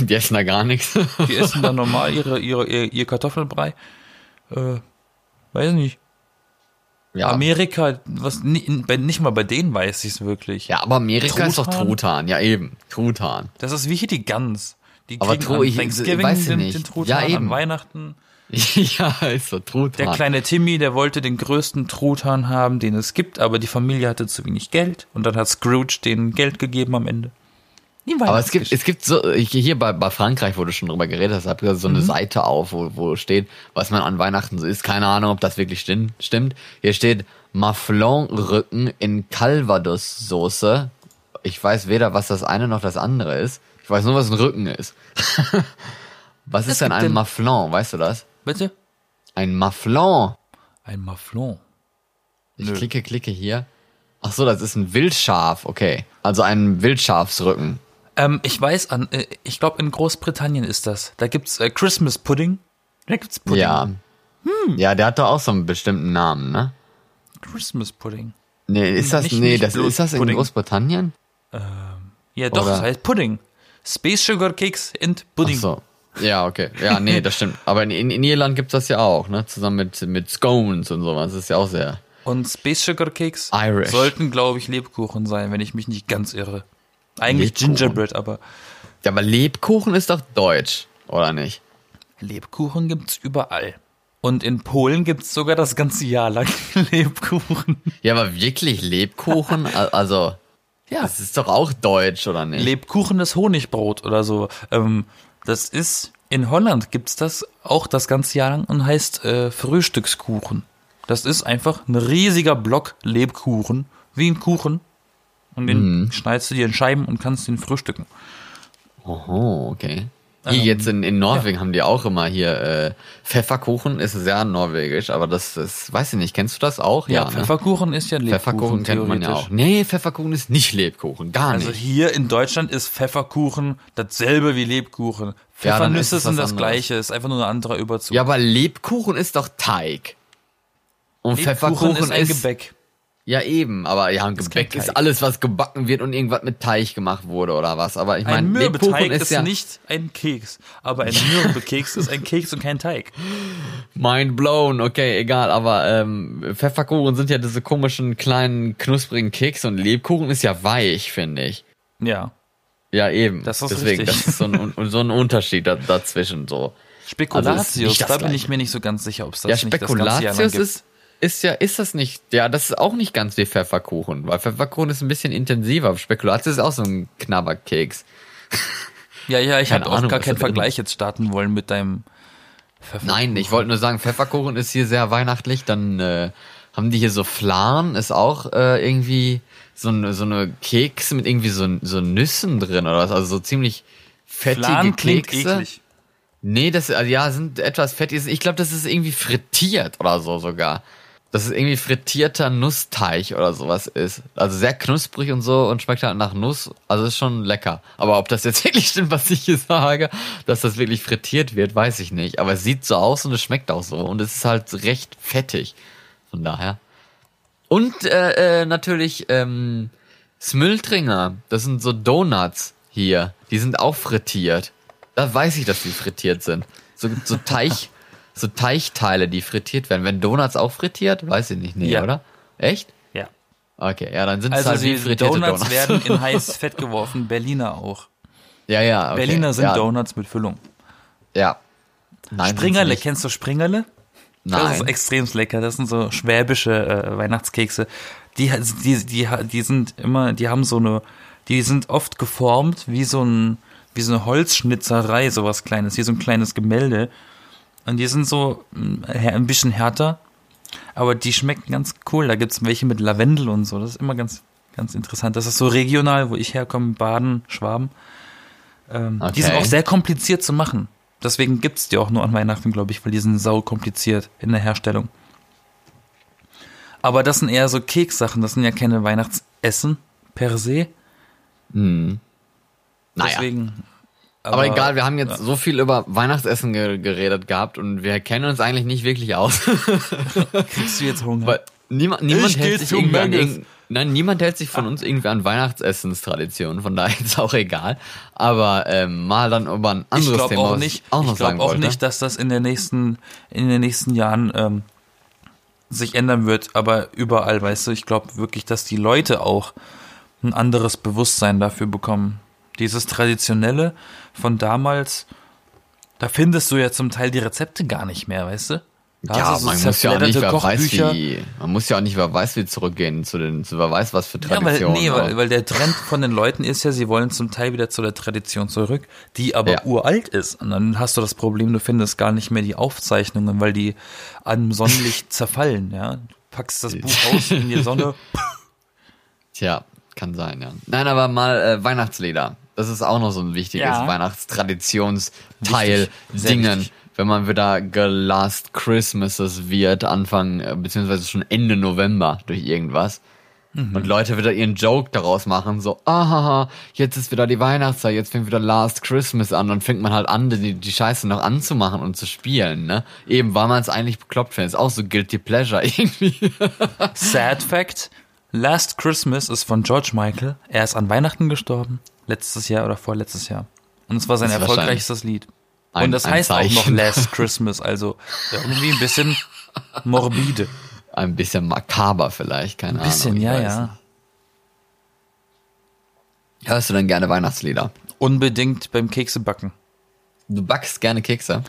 Speaker 1: Die essen da gar nichts.
Speaker 2: Die essen da normal ihre, ihre, ihr, ihr Kartoffelbrei. Äh, weiß nicht.
Speaker 1: Ja.
Speaker 2: Amerika, was ni- bei- nicht mal bei denen weiß ich es wirklich.
Speaker 1: Ja, aber Amerika ist doch
Speaker 2: Truthahn?
Speaker 1: Truthahn. Ja, eben. Truthahn.
Speaker 2: Das ist wie hier die Gans. Die
Speaker 1: Aber
Speaker 2: kriegen
Speaker 1: Tru-
Speaker 2: an
Speaker 1: ich-
Speaker 2: Thanksgiving
Speaker 1: weiß ich
Speaker 2: den,
Speaker 1: nicht.
Speaker 2: den Truthahn,
Speaker 1: Ja,
Speaker 2: an
Speaker 1: eben.
Speaker 2: Weihnachten.
Speaker 1: ja, ist so Truthahn.
Speaker 2: Der kleine Timmy, der wollte den größten Truthahn haben, den es gibt, aber die Familie hatte zu wenig Geld und dann hat Scrooge denen Geld gegeben am Ende. Die
Speaker 1: Aber es gibt, es gibt so, ich- hier bei, bei Frankreich, wo du schon drüber geredet hast, habe ich so eine
Speaker 2: Mhm.
Speaker 1: Seite auf, wo, wo steht, was man an Weihnachten so isst. Keine Ahnung, ob das wirklich stimmt. stimmt. Hier steht Maflon-Rücken in Calvados-Soße. Ich weiß weder, was das eine noch das andere ist. Ich weiß nur, was ein Rücken ist. was ist denn
Speaker 2: gibt
Speaker 1: ein
Speaker 2: denn-
Speaker 1: Maflon? Weißt du das?
Speaker 2: Bitte?
Speaker 1: Ein Maflon.
Speaker 2: Ein Maflon.
Speaker 1: Ich
Speaker 2: Nö.
Speaker 1: klicke, klicke hier. Ach so, das ist ein Wildschaf. Okay. Also ein Wildschafsrücken.
Speaker 2: Ähm, ich weiß an, äh, ich glaube in Großbritannien ist das. Da gibt's äh, Christmas Pudding. Da gibt's Pudding.
Speaker 1: Ja.
Speaker 2: Hm.
Speaker 1: Ja, der hat doch auch so einen bestimmten Namen, ne?
Speaker 2: Christmas Pudding.
Speaker 1: Nee, ist das,
Speaker 2: Hm, Nicht-
Speaker 1: nee,
Speaker 2: nicht
Speaker 1: das,
Speaker 2: bloß
Speaker 1: ist das in
Speaker 2: Pudding.
Speaker 1: Großbritannien?
Speaker 2: Ja, doch,
Speaker 1: Oder-
Speaker 2: das heißt Pudding. Space Sugar Cakes and
Speaker 1: Ach
Speaker 2: Pudding.
Speaker 1: so. Ja, okay. Ja, nee, das stimmt. Aber in, in, in Irland gibt's das ja auch, ne? Zusammen mit, mit Scones und sowas. Das ist ja auch sehr.
Speaker 2: Und Space Sugar Cakes
Speaker 1: Irish.
Speaker 2: sollten, glaube ich, Lebkuchen sein, wenn ich mich nicht ganz irre. Eigentlich
Speaker 1: Lebkuchen.
Speaker 2: Gingerbread, aber
Speaker 1: Ja, aber Lebkuchen ist doch deutsch, oder nicht?
Speaker 2: Lebkuchen gibt's überall. Und in Polen gibt's sogar das ganze Jahr lang Lebkuchen.
Speaker 1: Ja, aber wirklich Lebkuchen? Al- Also,
Speaker 2: Ja.
Speaker 1: das ist doch auch deutsch, oder nicht?
Speaker 2: Lebkuchen ist Honigbrot oder so. Ähm, das ist In Holland gibt's das auch das ganze Jahr lang und heißt äh, Frühstückskuchen. Das ist einfach ein riesiger Block Lebkuchen, wie ein Kuchen. Und den schneidest du dir in Scheiben und kannst den frühstücken.
Speaker 1: Oho, okay. Hier
Speaker 2: Ähm,
Speaker 1: jetzt in, in Norwegen haben die auch immer hier äh, Pfefferkuchen, ist sehr norwegisch, aber das, das weiß ich nicht. Kennst du das auch?
Speaker 2: Ja,
Speaker 1: ne?
Speaker 2: Pfefferkuchen ist ja Lebkuchen.
Speaker 1: Pfefferkuchen kennt man ja
Speaker 2: theoretisch.
Speaker 1: auch. Nee, Pfefferkuchen ist nicht Lebkuchen, gar
Speaker 2: Also
Speaker 1: nicht.
Speaker 2: hier in Deutschland ist Pfefferkuchen dasselbe wie Lebkuchen.
Speaker 1: Ja, dann ist es
Speaker 2: Pfeffernüsse
Speaker 1: was
Speaker 2: sind das
Speaker 1: anderes.
Speaker 2: gleiche, ist einfach nur ein anderer Überzug.
Speaker 1: Ja, aber Lebkuchen ist doch Teig. Und Pfefferkuchen ist,
Speaker 2: ein Gebäck.
Speaker 1: ja eben, aber ja, ein Gebäck
Speaker 2: kein
Speaker 1: ist
Speaker 2: Teig.
Speaker 1: alles, was gebacken wird und irgendwas mit Teig gemacht wurde oder was. Aber ich meine,
Speaker 2: Ein
Speaker 1: Lebkuchen
Speaker 2: Mürbeteig
Speaker 1: ist,
Speaker 2: ist,
Speaker 1: ja
Speaker 2: nicht ein Keks, aber ein Mürbekeks ist ein Keks und kein Teig.
Speaker 1: mind blown. Okay, egal. Aber ähm, Pfefferkuchen sind ja diese komischen kleinen knusprigen Kekse und Lebkuchen ist ja weich, finde ich.
Speaker 2: Ja.
Speaker 1: Ja, eben.
Speaker 2: Das ist
Speaker 1: Deswegen,
Speaker 2: richtig.
Speaker 1: das ist so ein, un- so ein Unterschied da, dazwischen so. Also ist
Speaker 2: Spekulatius,
Speaker 1: nicht das
Speaker 2: da bin
Speaker 1: Gleiche.
Speaker 2: ich mir nicht so ganz sicher, ob es das
Speaker 1: ja,
Speaker 2: nicht das ganze Jahr lang
Speaker 1: Spekulatius
Speaker 2: gibt.
Speaker 1: ist, ist ja, ist das nicht, ja, das ist auch nicht ganz wie Pfefferkuchen, weil Pfefferkuchen ist ein bisschen intensiver. Spekulatius ist auch so ein Knabberkeks.
Speaker 2: Ja, ja, ich
Speaker 1: Keine
Speaker 2: habe auch
Speaker 1: Ahnung,
Speaker 2: gar
Speaker 1: was
Speaker 2: keinen
Speaker 1: das ist.
Speaker 2: Vergleich jetzt starten wollen mit deinem Pfeffer.
Speaker 1: Nein, ich wollte nur sagen, Pfefferkuchen ist hier sehr weihnachtlich, dann äh, haben die hier so Flan, ist auch äh, irgendwie so eine, so eine Kekse mit irgendwie so, so Nüssen drin oder was, also so ziemlich fettige
Speaker 2: Flan klingt
Speaker 1: Kekse.
Speaker 2: eklig.
Speaker 1: Nee, das also ja, sind etwas fettig. Ich glaube, das ist irgendwie frittiert oder so sogar. Das ist irgendwie frittierter Nussteig oder sowas ist. Also sehr knusprig und so und schmeckt halt nach Nuss. Also ist schon lecker. Aber ob das jetzt wirklich stimmt, was ich hier sage, dass das wirklich frittiert wird, weiß ich nicht. Aber es sieht so aus und es schmeckt auch so. Und es ist halt recht fettig. Von daher. Und äh, äh, natürlich ähm, Smültringer. Das sind so Donuts hier. Die sind auch frittiert. Da weiß ich, dass die frittiert sind. So, so Teich, so Teichteile, die frittiert werden. Wenn Donuts auch frittiert, weiß ich nicht, nee,
Speaker 2: Ja.
Speaker 1: oder? Echt?
Speaker 2: Ja.
Speaker 1: Okay, ja, dann sind es
Speaker 2: Also
Speaker 1: halt wie
Speaker 2: die
Speaker 1: frittierte
Speaker 2: Donuts,
Speaker 1: Donuts.
Speaker 2: werden in heißes Fett geworfen, Berliner auch.
Speaker 1: ja, ja, okay.
Speaker 2: Berliner sind
Speaker 1: ja,
Speaker 2: Donuts mit Füllung.
Speaker 1: Ja. Nein, sind's
Speaker 2: Springerle,
Speaker 1: nicht.
Speaker 2: kennst du Springerle? Das ist
Speaker 1: Nein.
Speaker 2: extrem lecker. Das sind so schwäbische äh, Weihnachtskekse. Die, die, die, die sind immer, die haben so eine, die sind oft geformt wie so ein, wie so eine Holzschnitzerei, sowas kleines, wie so ein kleines Gemälde. Und die sind so mm, hä- ein bisschen härter, aber die schmecken ganz cool. Da gibt's welche mit Lavendel und so. Das ist immer ganz, ganz interessant. Das ist so regional, wo ich herkomme, Baden, Schwaben. Ähm,
Speaker 1: Okay.
Speaker 2: Die sind auch sehr kompliziert zu machen. Deswegen gibt's die auch nur an Weihnachten, glaube ich, weil die sind sau kompliziert in der Herstellung. Aber das sind eher so Keksachen, das sind ja keine Weihnachtsessen per se.
Speaker 1: Naja.
Speaker 2: Deswegen.
Speaker 1: Aber egal, wir haben jetzt so viel über Weihnachtsessen ge geredet gehabt und wir kennen uns eigentlich nicht wirklich aus.
Speaker 2: Kriegst du jetzt Hunger?
Speaker 1: Weil niemand, niemand
Speaker 2: Ich
Speaker 1: hält
Speaker 2: geh
Speaker 1: sich
Speaker 2: zu
Speaker 1: irgendwie an
Speaker 2: Menges.
Speaker 1: irgend- Nein, niemand hält sich von uns irgendwie an Weihnachtsessenstraditionen, von daher ist auch egal. Aber ähm, mal dann über ein anderes
Speaker 2: ich glaube
Speaker 1: Thema,
Speaker 2: auch
Speaker 1: was
Speaker 2: nicht,
Speaker 1: auch noch
Speaker 2: ich
Speaker 1: sagen
Speaker 2: glaube auch
Speaker 1: wollte.
Speaker 2: nicht, dass das in den nächsten, in den nächsten Jahren ähm, sich ändern wird, aber überall, weißt du, ich glaube wirklich, dass die Leute auch ein anderes Bewusstsein dafür bekommen. Dieses Traditionelle von damals, da findest du ja zum Teil die Rezepte gar nicht mehr, weißt du? Da
Speaker 1: Ja,
Speaker 2: hast du so
Speaker 1: man muss ja auch nicht,
Speaker 2: zerfledderte
Speaker 1: wer weiß,
Speaker 2: Kochbücher.
Speaker 1: wie, man muss ja auch nicht, wer weiß, wie zurückgehen zu den, zu wer weiß, was für
Speaker 2: Ja, weil,
Speaker 1: Traditionen.
Speaker 2: nee, weil,
Speaker 1: aber-
Speaker 2: weil der Trend von den Leuten ist ja, sie wollen zum Teil wieder zu der Tradition zurück, die aber
Speaker 1: Ja.
Speaker 2: uralt ist. Und dann hast du das Problem, du findest gar nicht mehr die Aufzeichnungen, weil die an Sonnenlicht zerfallen, ja. Du packst das Buch aus in die Sonne.
Speaker 1: Tja, kann sein, ja. Nein, aber mal äh, Weihnachtslieder. Das ist auch noch so ein wichtiges
Speaker 2: Ja.
Speaker 1: Weihnachtstraditionsteil,
Speaker 2: Wichtig, sehr
Speaker 1: Dingen.
Speaker 2: wichtig.
Speaker 1: Wenn man wieder Last Christmases wird, Anfang, äh, beziehungsweise schon Ende November durch irgendwas.
Speaker 2: Mhm.
Speaker 1: Und Leute wieder ihren Joke daraus machen, so, aha, jetzt ist wieder die Weihnachtszeit, jetzt fängt wieder Last Christmas an. Dann fängt man halt an, die, die Scheiße noch anzumachen und zu spielen, ne? Eben, weil man es eigentlich bekloppt findet. Ist auch so Guilty Pleasure irgendwie.
Speaker 2: Sad Fact: Last Christmas ist von George Michael. Er ist an Weihnachten gestorben, letztes Jahr oder vorletztes Jahr. Und es war sein
Speaker 1: Das ist
Speaker 2: erfolgreichstes Lied.
Speaker 1: ein-
Speaker 2: Und das
Speaker 1: ein
Speaker 2: heißt auch noch
Speaker 1: Zeichen.
Speaker 2: Last Christmas, also irgendwie ein bisschen morbide.
Speaker 1: Ein bisschen makaber vielleicht, keine
Speaker 2: Ein bisschen,
Speaker 1: Ahnung. ich
Speaker 2: ja,
Speaker 1: weiß
Speaker 2: ja.
Speaker 1: nicht. Hörst du denn gerne Weihnachtslieder?
Speaker 2: Unbedingt beim Keksebacken.
Speaker 1: Du backst gerne Kekse?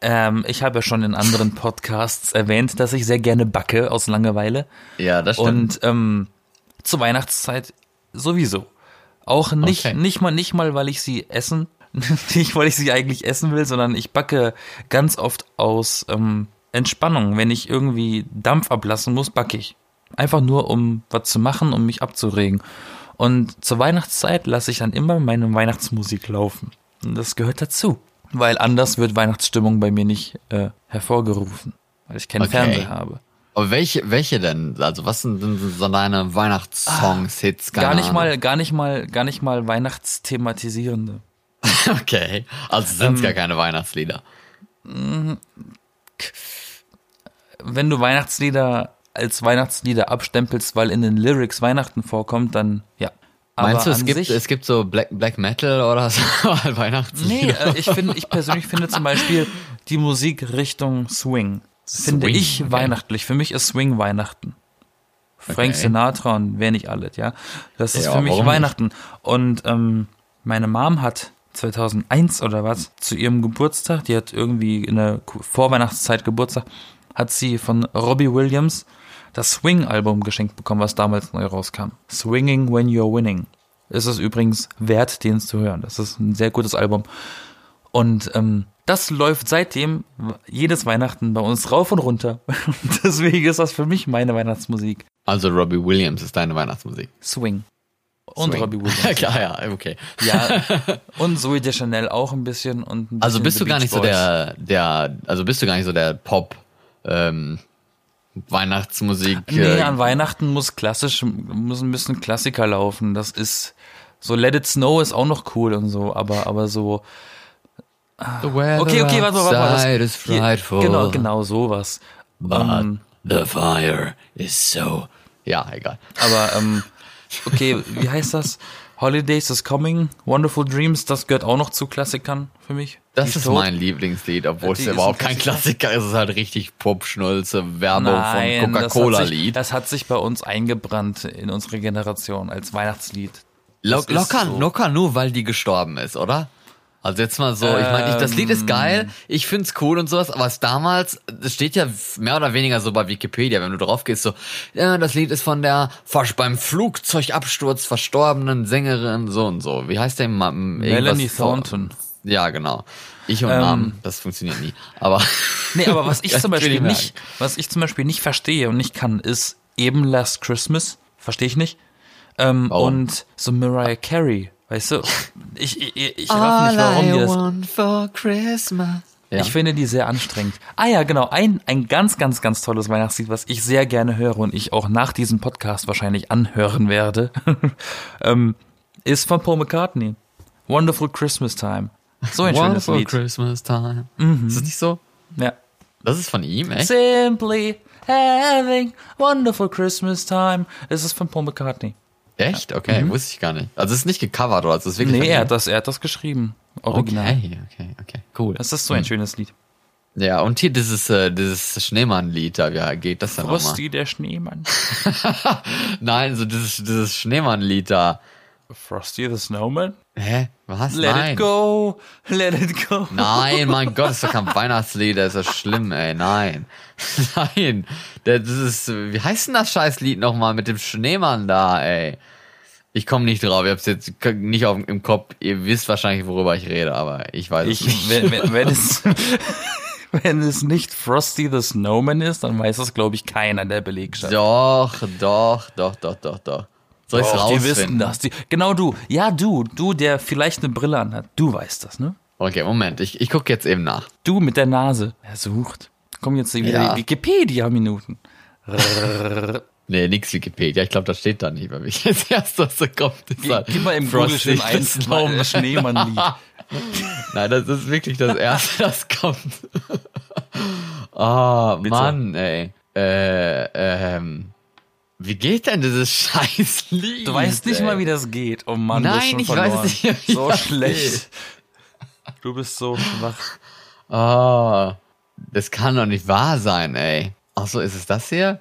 Speaker 2: Ähm, ich habe ja schon in anderen Podcasts erwähnt, dass ich sehr gerne backe aus Langeweile.
Speaker 1: Ja, das
Speaker 2: Und ähm, zur Weihnachtszeit sowieso. Auch nicht,
Speaker 1: Okay.
Speaker 2: nicht mal, nicht mal, weil ich sie essen nicht weil ich sie eigentlich essen will, sondern ich backe ganz oft aus ähm, Entspannung. Wenn ich irgendwie Dampf ablassen muss, backe ich. Einfach nur, um was zu machen, um mich abzuregen. Und zur Weihnachtszeit lasse ich dann immer meine Weihnachtsmusik laufen. Und das gehört dazu. Weil anders wird Weihnachtsstimmung bei mir nicht äh, hervorgerufen, weil ich keinen
Speaker 1: Okay.
Speaker 2: Fernseher habe.
Speaker 1: Aber welche, welche denn? Also was sind denn so deine Weihnachtssongs, Hits? Keine
Speaker 2: Ah, Gar nicht
Speaker 1: Ahnung.
Speaker 2: mal, gar nicht mal, gar nicht mal Weihnachtsthematisierende.
Speaker 1: Okay, also sind
Speaker 2: Ähm,
Speaker 1: es gar keine Weihnachtslieder.
Speaker 2: Wenn du Weihnachtslieder als Weihnachtslieder abstempelst, weil in den Lyrics Weihnachten vorkommt, dann ja. Aber
Speaker 1: Meinst du, es
Speaker 2: an
Speaker 1: gibt,
Speaker 2: sich-
Speaker 1: es gibt so Black, Black Metal oder so Weihnachtslieder?
Speaker 2: Nee, äh, ich, finde, ich persönlich finde zum Beispiel die Musik Richtung Swing. Finde
Speaker 1: Swing,
Speaker 2: ich
Speaker 1: okay.
Speaker 2: weihnachtlich. Für mich ist Swing Weihnachten. Frank
Speaker 1: Okay.
Speaker 2: Sinatra und wer nicht alles, ja. Das ist
Speaker 1: Ja,
Speaker 2: für mich
Speaker 1: warum nicht?
Speaker 2: Weihnachten. Und ähm, meine Mom hat 2001 oder was zu ihrem Geburtstag, die hat irgendwie in der Ku- Vorweihnachtszeit Geburtstag, hat sie von Robbie Williams das Swing-Album geschenkt bekommen, was damals neu rauskam. Swinging When You're Winning. Ist es übrigens wert, den zu hören. Das ist ein sehr gutes Album. Und ähm, das läuft seitdem jedes Weihnachten bei uns rauf und runter. Deswegen ist das für mich meine Weihnachtsmusik.
Speaker 1: Also Robbie Williams ist deine Weihnachtsmusik.
Speaker 2: Swing. Und
Speaker 1: Swing.
Speaker 2: Robbie Williams.
Speaker 1: Klar, ja, okay.
Speaker 2: ja. Und Zoe de Chanel auch ein bisschen. Und ein
Speaker 1: Also
Speaker 2: bisschen
Speaker 1: bist
Speaker 2: The
Speaker 1: du gar nicht so der,
Speaker 2: Beach Boys.
Speaker 1: der, also bist du gar nicht so der Pop, ähm, Weihnachtsmusik.
Speaker 2: Nee,
Speaker 1: äh,
Speaker 2: an Weihnachten muss klassisch, müssen, müssen Klassiker laufen. Das ist. So Let It Snow ist auch noch cool und so, aber, aber so.
Speaker 1: The weather
Speaker 2: Okay, okay, warte mal, warte mal.
Speaker 1: outside
Speaker 2: das-
Speaker 1: is frightful.
Speaker 2: Hier, genau, genau, sowas.
Speaker 1: But
Speaker 2: Ähm,
Speaker 1: the fire is so. Ja, egal.
Speaker 2: Aber, ähm, okay, wie heißt das? Holidays is Coming, Wonderful Dreams, das gehört auch noch zu Klassikern für mich.
Speaker 1: Das
Speaker 2: Die
Speaker 1: ist
Speaker 2: tot.
Speaker 1: mein Lieblingslied, obwohl
Speaker 2: Die
Speaker 1: es
Speaker 2: ist ein
Speaker 1: überhaupt kein Klassiker ist. Es ist halt richtig Popschnulze, Werbung
Speaker 2: Nein,
Speaker 1: von Coca-Cola-Lied.
Speaker 2: Das, hat sich- das hat sich bei uns eingebrannt in unsere Generation als Weihnachtslied.
Speaker 1: Lo
Speaker 2: das ist
Speaker 1: locker,
Speaker 2: so.
Speaker 1: locker nur, weil die gestorben ist, oder? Also jetzt mal so, ich meine, ich, das Lied
Speaker 2: Ähm.
Speaker 1: ist geil, ich find's cool und sowas, aber es damals, es steht ja mehr oder weniger so bei Wikipedia, wenn du drauf gehst, so, ja, das Lied ist von der versch- beim Flugzeugabsturz verstorbenen Sängerin so und so. Wie heißt der? Ma- m- irgendwas
Speaker 2: Melanie
Speaker 1: Thor-
Speaker 2: Thornton.
Speaker 1: Ja, genau. Ich und Namen, das funktioniert nie. Aber
Speaker 2: Ähm. Nee, aber was ich
Speaker 1: Ja,
Speaker 2: zum
Speaker 1: ich will
Speaker 2: Beispiel
Speaker 1: die merken.
Speaker 2: nicht, was ich zum Beispiel nicht verstehe und nicht kann, ist eben Last Christmas. Verstehe ich nicht. Ähm,
Speaker 1: Warum?
Speaker 2: und so Mariah Carey, weißt du? Ich, ich, ich, ich raff nicht, warum die das
Speaker 1: want for Christmas. Ja.
Speaker 2: Ich finde die sehr anstrengend. Ah ja, genau. Ein, ein ganz, ganz, ganz tolles Weihnachtslied, was ich sehr gerne höre und ich auch nach diesem Podcast wahrscheinlich anhören werde, ähm, ist von Paul McCartney. Wonderful Christmas Time. So ein schönes
Speaker 1: Wonderful
Speaker 2: Lied. Mhm.
Speaker 1: Christmas time. Ist das nicht so?
Speaker 2: Ja.
Speaker 1: Das ist von ihm, echt?
Speaker 2: Simply having wonderful Christmas time. Es ist von Paul McCartney.
Speaker 1: Echt? Okay, wusste ich gar nicht. Also es ist nicht gecovert, oder? Also es ist wirklich
Speaker 2: Mhm. Nee,
Speaker 1: von
Speaker 2: er
Speaker 1: ihm?
Speaker 2: hat das, er hat das geschrieben. Original.
Speaker 1: Okay, okay, okay. Cool. Mhm.
Speaker 2: Das ist so ein schönes Lied.
Speaker 1: ja, und hier dieses, äh, dieses Schneemann-Lied, da ja, geht das dann nochmal?
Speaker 2: Frosty der Schneemann.
Speaker 1: Nein, so dieses, dieses Schneemann-Lied da.
Speaker 2: Frosty the Snowman.
Speaker 1: Hä? Was?
Speaker 2: Let
Speaker 1: Nein.
Speaker 2: it go. Let it go.
Speaker 1: Nein, mein Gott, das ist doch kein Weihnachtslied, das ist doch schlimm, ey, nein. Nein, das ist, wie heißt denn das Scheißlied nochmal mit dem Schneemann da, ey? Ich komme nicht drauf, ihr habt's jetzt nicht auf, im Kopf, ihr wisst wahrscheinlich, worüber ich rede, aber ich weiß es
Speaker 2: Ich,
Speaker 1: nicht.
Speaker 2: wenn, wenn, wenn, es, wenn es nicht Frosty the Snowman ist, dann weiß das, glaube ich, keiner der Belegschaft.
Speaker 1: Doch, doch, doch, doch, doch, doch. Soll ich's
Speaker 2: Doch,
Speaker 1: rausfinden?
Speaker 2: die wissen das. Die, genau du. Ja, du. Du, der vielleicht eine Brille anhat. Du weißt das, ne?
Speaker 1: Okay, Moment, ich, ich guck jetzt eben nach.
Speaker 2: Du mit der Nase. Er sucht. Kommen jetzt wieder
Speaker 1: Ja.
Speaker 2: die Wikipedia-Minuten.
Speaker 1: Nee, nix Wikipedia, ich glaube, das steht da nicht, weil mich jetzt erst was so kommt. ist
Speaker 2: Geh,
Speaker 1: halt
Speaker 2: geh mal im Google
Speaker 1: Frosty
Speaker 2: schön
Speaker 1: the
Speaker 2: ein
Speaker 1: Snowman.
Speaker 2: Schneemann- Schneemann-Lied.
Speaker 1: Nein, das ist wirklich das Erste, das kommt. Ah, Mann, ey. Äh, ähm, wie geht denn dieses scheiß Lied?
Speaker 2: Du weißt nicht
Speaker 1: ey?
Speaker 2: mal, wie das geht. Oh Mann, du
Speaker 1: Nein,
Speaker 2: bist schon
Speaker 1: ich weiß
Speaker 2: verloren.
Speaker 1: nicht, wie
Speaker 2: So
Speaker 1: das
Speaker 2: schlecht. Du bist so schwach.
Speaker 1: Ah, das kann doch nicht wahr sein, ey. Ach so, ist es das hier?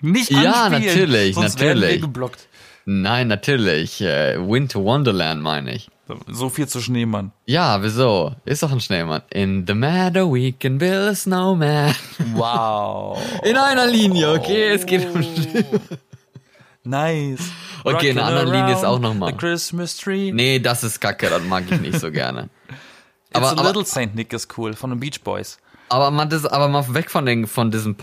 Speaker 2: Nicht
Speaker 1: Ja,
Speaker 2: anspielen,
Speaker 1: natürlich,
Speaker 2: sonst Werden wir
Speaker 1: natürlich.
Speaker 2: geblockt.
Speaker 1: Nein, natürlich. Äh, Winter Wonderland meine ich.
Speaker 2: So viel zu Schneemann.
Speaker 1: Ja, wieso? Ist doch ein Schneemann. In the meadow we can build a snowman.
Speaker 2: Wow. Oh.
Speaker 1: In einer Linie, okay? Es geht um
Speaker 2: Nice.
Speaker 1: Okay, in einer anderen
Speaker 2: Rockin'
Speaker 1: Linie ist
Speaker 2: around
Speaker 1: auch noch mal.
Speaker 2: The Christmas Tree.
Speaker 1: Nee, das ist kacke, das mag ich nicht so gerne. aber,
Speaker 2: aber, It's a
Speaker 1: aber,
Speaker 2: Little Saint Nick ist cool, von den Beach Boys.
Speaker 1: aber, man, das, aber mal weg von, den, von diesem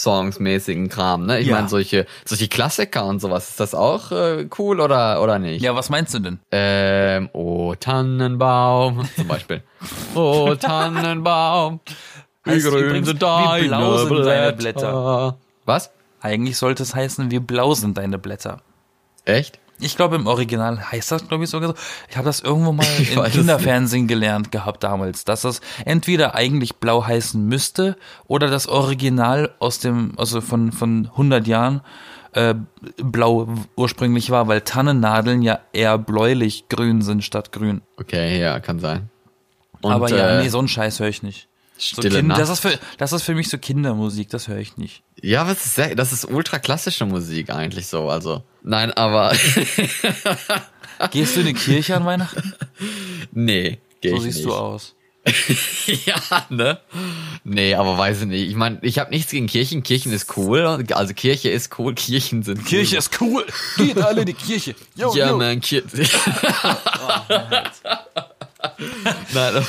Speaker 1: Pop-Pop-Songs-mäßigen Kram, ne? Ich
Speaker 2: Ja.
Speaker 1: meine, solche, solche Klassiker und sowas, ist das auch äh, cool oder, oder nicht?
Speaker 2: Ja, was meinst du denn?
Speaker 1: Ähm, oh Tannenbaum, zum Beispiel. oh Tannenbaum, wie
Speaker 2: Heißt
Speaker 1: grün
Speaker 2: übrigens,
Speaker 1: sind deine,
Speaker 2: wie blau sind deine
Speaker 1: Blätter. Was?
Speaker 2: Eigentlich sollte es heißen, wie blau sind deine Blätter.
Speaker 1: Echt?
Speaker 2: Ich glaube, im Original heißt das, glaube ich, sogar so. Ich habe das irgendwo mal
Speaker 1: Ich
Speaker 2: im
Speaker 1: weiß es
Speaker 2: Kinderfernsehen gelernt gehabt damals, dass das entweder eigentlich blau heißen müsste oder das Original aus dem, also von, von 100 Jahren, äh, blau ursprünglich war, weil Tannennadeln ja eher bläulich grün sind statt grün.
Speaker 1: Okay, ja, kann sein. Und,
Speaker 2: Aber ja,
Speaker 1: äh,
Speaker 2: nee, so einen Scheiß höre ich nicht. So
Speaker 1: Stille
Speaker 2: kind,
Speaker 1: Nacht.
Speaker 2: das, ist für, das ist für mich so Kindermusik, das höre ich nicht.
Speaker 1: Ja, aber das ist, sehr, das ist ultra klassische Musik eigentlich so, also. Nein, aber
Speaker 2: Gehst du in die Kirche an Weihnachten?
Speaker 1: nee, geh
Speaker 2: So
Speaker 1: ich
Speaker 2: siehst
Speaker 1: nicht.
Speaker 2: du aus.
Speaker 1: ja, ne? Nee, aber weiß ich nicht. Ich meine, ich habe nichts gegen Kirchen. Kirchen ist cool. Also Kirche ist cool, Kirchen sind
Speaker 2: Kirche Oh, ist cool. Geht alle in die Kirche. Yo,
Speaker 1: cool. Ja,
Speaker 2: yo.
Speaker 1: man, Kirche. Nein, aber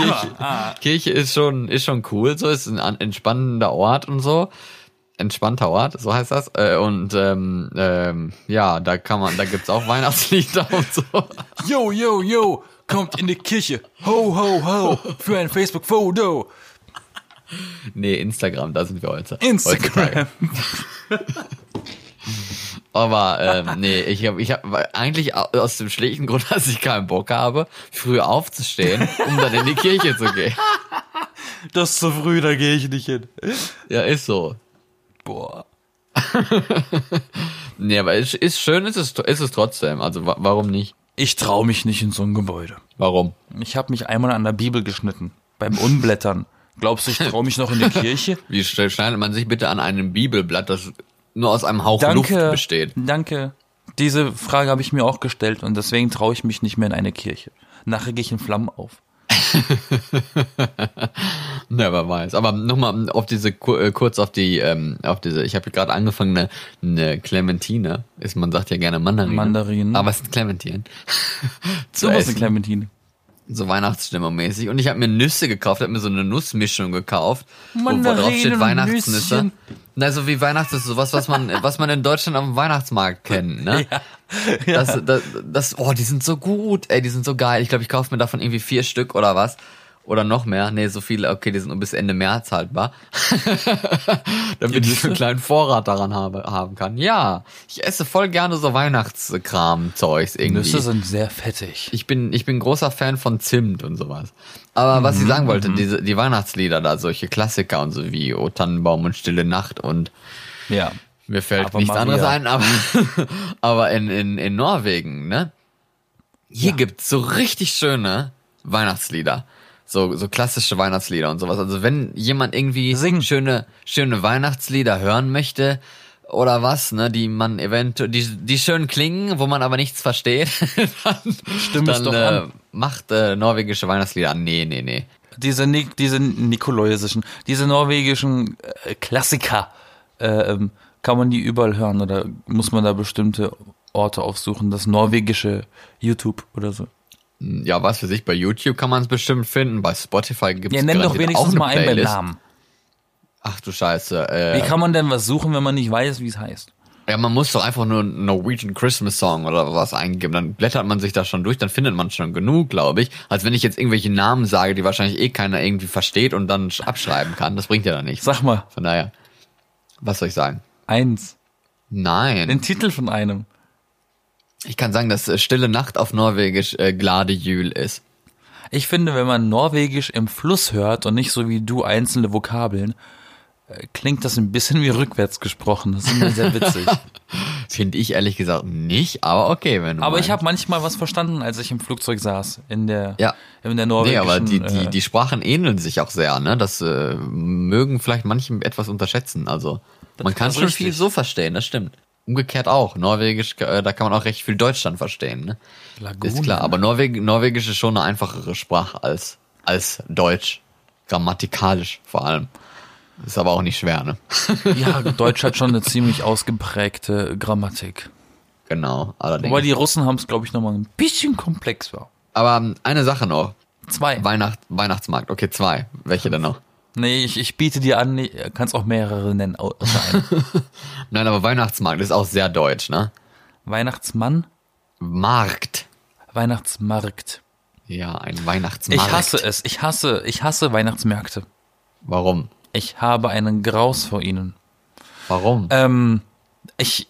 Speaker 1: Kirche,
Speaker 2: Ah,
Speaker 1: Kirche ist schon ist schon cool, so ist ein an- entspannender Ort und so. Entspannter Ort, so heißt das. Äh, Und ähm, ähm, ja, da kann man, da gibt's auch Weihnachtslieder und so.
Speaker 2: Yo, yo, yo, kommt in die Kirche. Ho, ho, ho, für ein Facebook-Foto.
Speaker 1: Nee, Instagram, da sind wir heute.
Speaker 2: Instagram.
Speaker 1: Aber ähm, nee, ich habe ich hab, weil eigentlich au- aus dem schlichten Grund, dass ich keinen Bock habe, früh aufzustehen, um dann in die Kirche zu gehen.
Speaker 2: Das ist so früh, da gehe ich nicht hin.
Speaker 1: Ja, ist so.
Speaker 2: Boah.
Speaker 1: Nee, aber ist, ist schön, ist es, ist es trotzdem. Also wa warum nicht?
Speaker 2: Ich traue mich nicht in so ein Gebäude.
Speaker 1: Warum?
Speaker 2: Ich habe mich einmal an der Bibel geschnitten. Beim Umblättern. Glaubst du, ich traue mich noch in die Kirche?
Speaker 1: Wie sch- schneidet man sich bitte an einem Bibelblatt, das nur aus einem Hauch Luft
Speaker 2: Danke.
Speaker 1: besteht?
Speaker 2: Danke. Diese Frage habe ich mir auch gestellt und deswegen traue ich mich nicht mehr in eine Kirche. Nachher gehe ich in Flammen auf.
Speaker 1: Ja, wer weiß. Aber nochmal auf diese ku- äh, kurz auf die ähm, auf diese. Ich habe gerade angefangen eine, eine Clementine. Ist man sagt ja gerne Mandarine.
Speaker 2: Mandarinen.
Speaker 1: Aber es sind Clementinen. Zu
Speaker 2: So was eine
Speaker 1: essen.
Speaker 2: Clementine.
Speaker 1: So Weihnachtsstimmung mäßig. Und ich habe mir Nüsse gekauft. habe mir so eine Nussmischung gekauft, wo, wo drauf
Speaker 2: Mandarinen
Speaker 1: steht
Speaker 2: und
Speaker 1: Weihnachtsnüsse.
Speaker 2: Nüsschen.
Speaker 1: Na, so wie Weihnachtsnüsse, sowas, was man was man in Deutschland auf dem Weihnachtsmarkt kennt, ne? Das, das, das, oh, die sind so gut, ey, die sind so geil. Ich glaube, ich kaufe mir davon irgendwie vier Stück oder was. Oder noch mehr. Nee, so viele, okay, die sind nur bis Ende März haltbar. Damit ich so einen kleinen Vorrat daran habe, haben kann. Ja, ich esse voll gerne so Weihnachtskram-Zeugs irgendwie.
Speaker 2: Nüsse sind sehr fettig.
Speaker 1: ich bin, ich bin großer Fan von Zimt und sowas. Aber was ich sagen wollte, diese, die Weihnachtslieder da, solche Klassiker und so wie O Tannenbaum und Stille Nacht und
Speaker 2: Ja.
Speaker 1: mir fällt
Speaker 2: Aber
Speaker 1: nichts
Speaker 2: Maria.
Speaker 1: anderes ein, aber, aber in, in, in Norwegen, ne? Hier gibt's so richtig schöne Weihnachtslieder. So, so klassische Weihnachtslieder und sowas. Also wenn jemand irgendwie
Speaker 2: Singen.
Speaker 1: schöne, schöne Weihnachtslieder hören möchte oder was, ne, die man eventuell, die, die schön klingen, wo man aber nichts versteht, dann,
Speaker 2: Stimme es
Speaker 1: dann
Speaker 2: doch
Speaker 1: äh,
Speaker 2: an.
Speaker 1: macht äh, norwegische Weihnachtslieder an. Nee, nee, nee.
Speaker 2: diese, Ni diese nikolaisischen, diese norwegischen äh, Klassiker, äh, ähm, kann man die überall hören oder muss man da bestimmte Orte aufsuchen? Das norwegische YouTube oder so.
Speaker 1: Ja, was für sich, bei YouTube kann man es bestimmt finden, bei Spotify gibt's
Speaker 2: Ja, nenn doch
Speaker 1: garantiert auch
Speaker 2: wenigstens
Speaker 1: eine
Speaker 2: mal einen beim
Speaker 1: Playlist.
Speaker 2: Namen.
Speaker 1: Ach du Scheiße. Äh,
Speaker 2: Wie kann man denn was suchen, wenn man nicht weiß, wie es heißt?
Speaker 1: Ja, man muss doch einfach nur einen Norwegian Christmas Song oder was eingeben. Dann blättert man sich da schon durch, dann findet man schon genug, glaube ich. Als wenn ich jetzt irgendwelche Namen sage, die wahrscheinlich eh keiner irgendwie versteht und dann sch- abschreiben kann. Das bringt ja dann nichts.
Speaker 2: Sag mal,
Speaker 1: Von daher, was soll ich sagen?
Speaker 2: eins. Den
Speaker 1: Nein.
Speaker 2: Titel von einem.
Speaker 1: Ich kann sagen, dass äh, Stille Nacht auf Norwegisch äh, Gladejul ist.
Speaker 2: Ich finde, wenn man Norwegisch im Fluss hört und nicht so wie du einzelne Vokabeln, äh, klingt das ein bisschen wie rückwärts gesprochen. Das ist immer sehr witzig.
Speaker 1: Finde ich ehrlich gesagt nicht, aber okay, wenn du
Speaker 2: Aber ich
Speaker 1: meinst.
Speaker 2: habe manchmal was verstanden, als ich im Flugzeug saß in der
Speaker 1: Ja.
Speaker 2: in der norwegischen.
Speaker 1: Nee, aber die,
Speaker 2: äh,
Speaker 1: die, die Sprachen ähneln sich auch sehr, ne? Das äh, mögen vielleicht manche etwas unterschätzen. Also man kann
Speaker 2: ist
Speaker 1: schon
Speaker 2: richtig.
Speaker 1: viel so verstehen, das stimmt. Umgekehrt auch. Norwegisch, äh, da kann man auch recht viel Deutschland verstehen, ne?
Speaker 2: Lagune.
Speaker 1: Ist klar, aber Norwegen, Norwegisch ist schon eine einfachere Sprache als, als Deutsch. Grammatikalisch vor allem. Ist aber auch nicht schwer, ne?
Speaker 2: Ja, Deutsch hat schon eine ziemlich ausgeprägte Grammatik.
Speaker 1: Genau, allerdings.
Speaker 2: Wobei die Russen haben es, glaube ich, nochmal ein bisschen komplexer.
Speaker 1: aber ähm, eine Sache noch.
Speaker 2: Zwei.
Speaker 1: Weihnacht, Weihnachtsmarkt. Okay, zwei. Welche denn noch?
Speaker 2: Nee, ich, ich biete dir an, nee, kannst auch mehrere nennen. au- außer einem.
Speaker 1: Nein, aber Weihnachtsmarkt ist auch sehr deutsch, ne?
Speaker 2: Weihnachtsmann,
Speaker 1: Markt.
Speaker 2: Weihnachtsmarkt.
Speaker 1: Ja, ein Weihnachtsmarkt.
Speaker 2: Ich hasse äh, es, ich hasse, ich hasse Weihnachtsmärkte.
Speaker 1: Warum?
Speaker 2: Ich habe einen Graus vor ihnen.
Speaker 1: Warum?
Speaker 2: Ähm, ich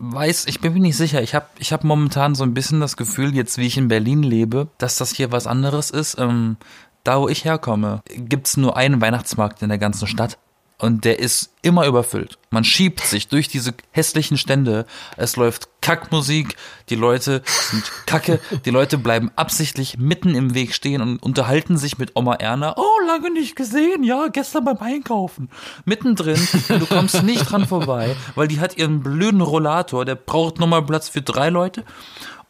Speaker 2: weiß, ich bin mir nicht sicher. Ich habe ich hab momentan so ein bisschen das Gefühl, jetzt wie ich in Berlin lebe, dass das hier was anderes ist. Ähm, da, wo ich herkomme, gibt's nur einen Weihnachtsmarkt in der ganzen Stadt. Und der ist immer überfüllt. Man schiebt sich durch diese hässlichen Stände. Es läuft Kackmusik. Die Leute sind kacke. Die Leute bleiben absichtlich mitten im Weg stehen und unterhalten sich mit Oma Erna. Oh, lange nicht gesehen. Ja, gestern beim Einkaufen. Mittendrin. Du kommst nicht dran vorbei, weil die hat ihren blöden Rollator. Der braucht nochmal Platz für drei Leute.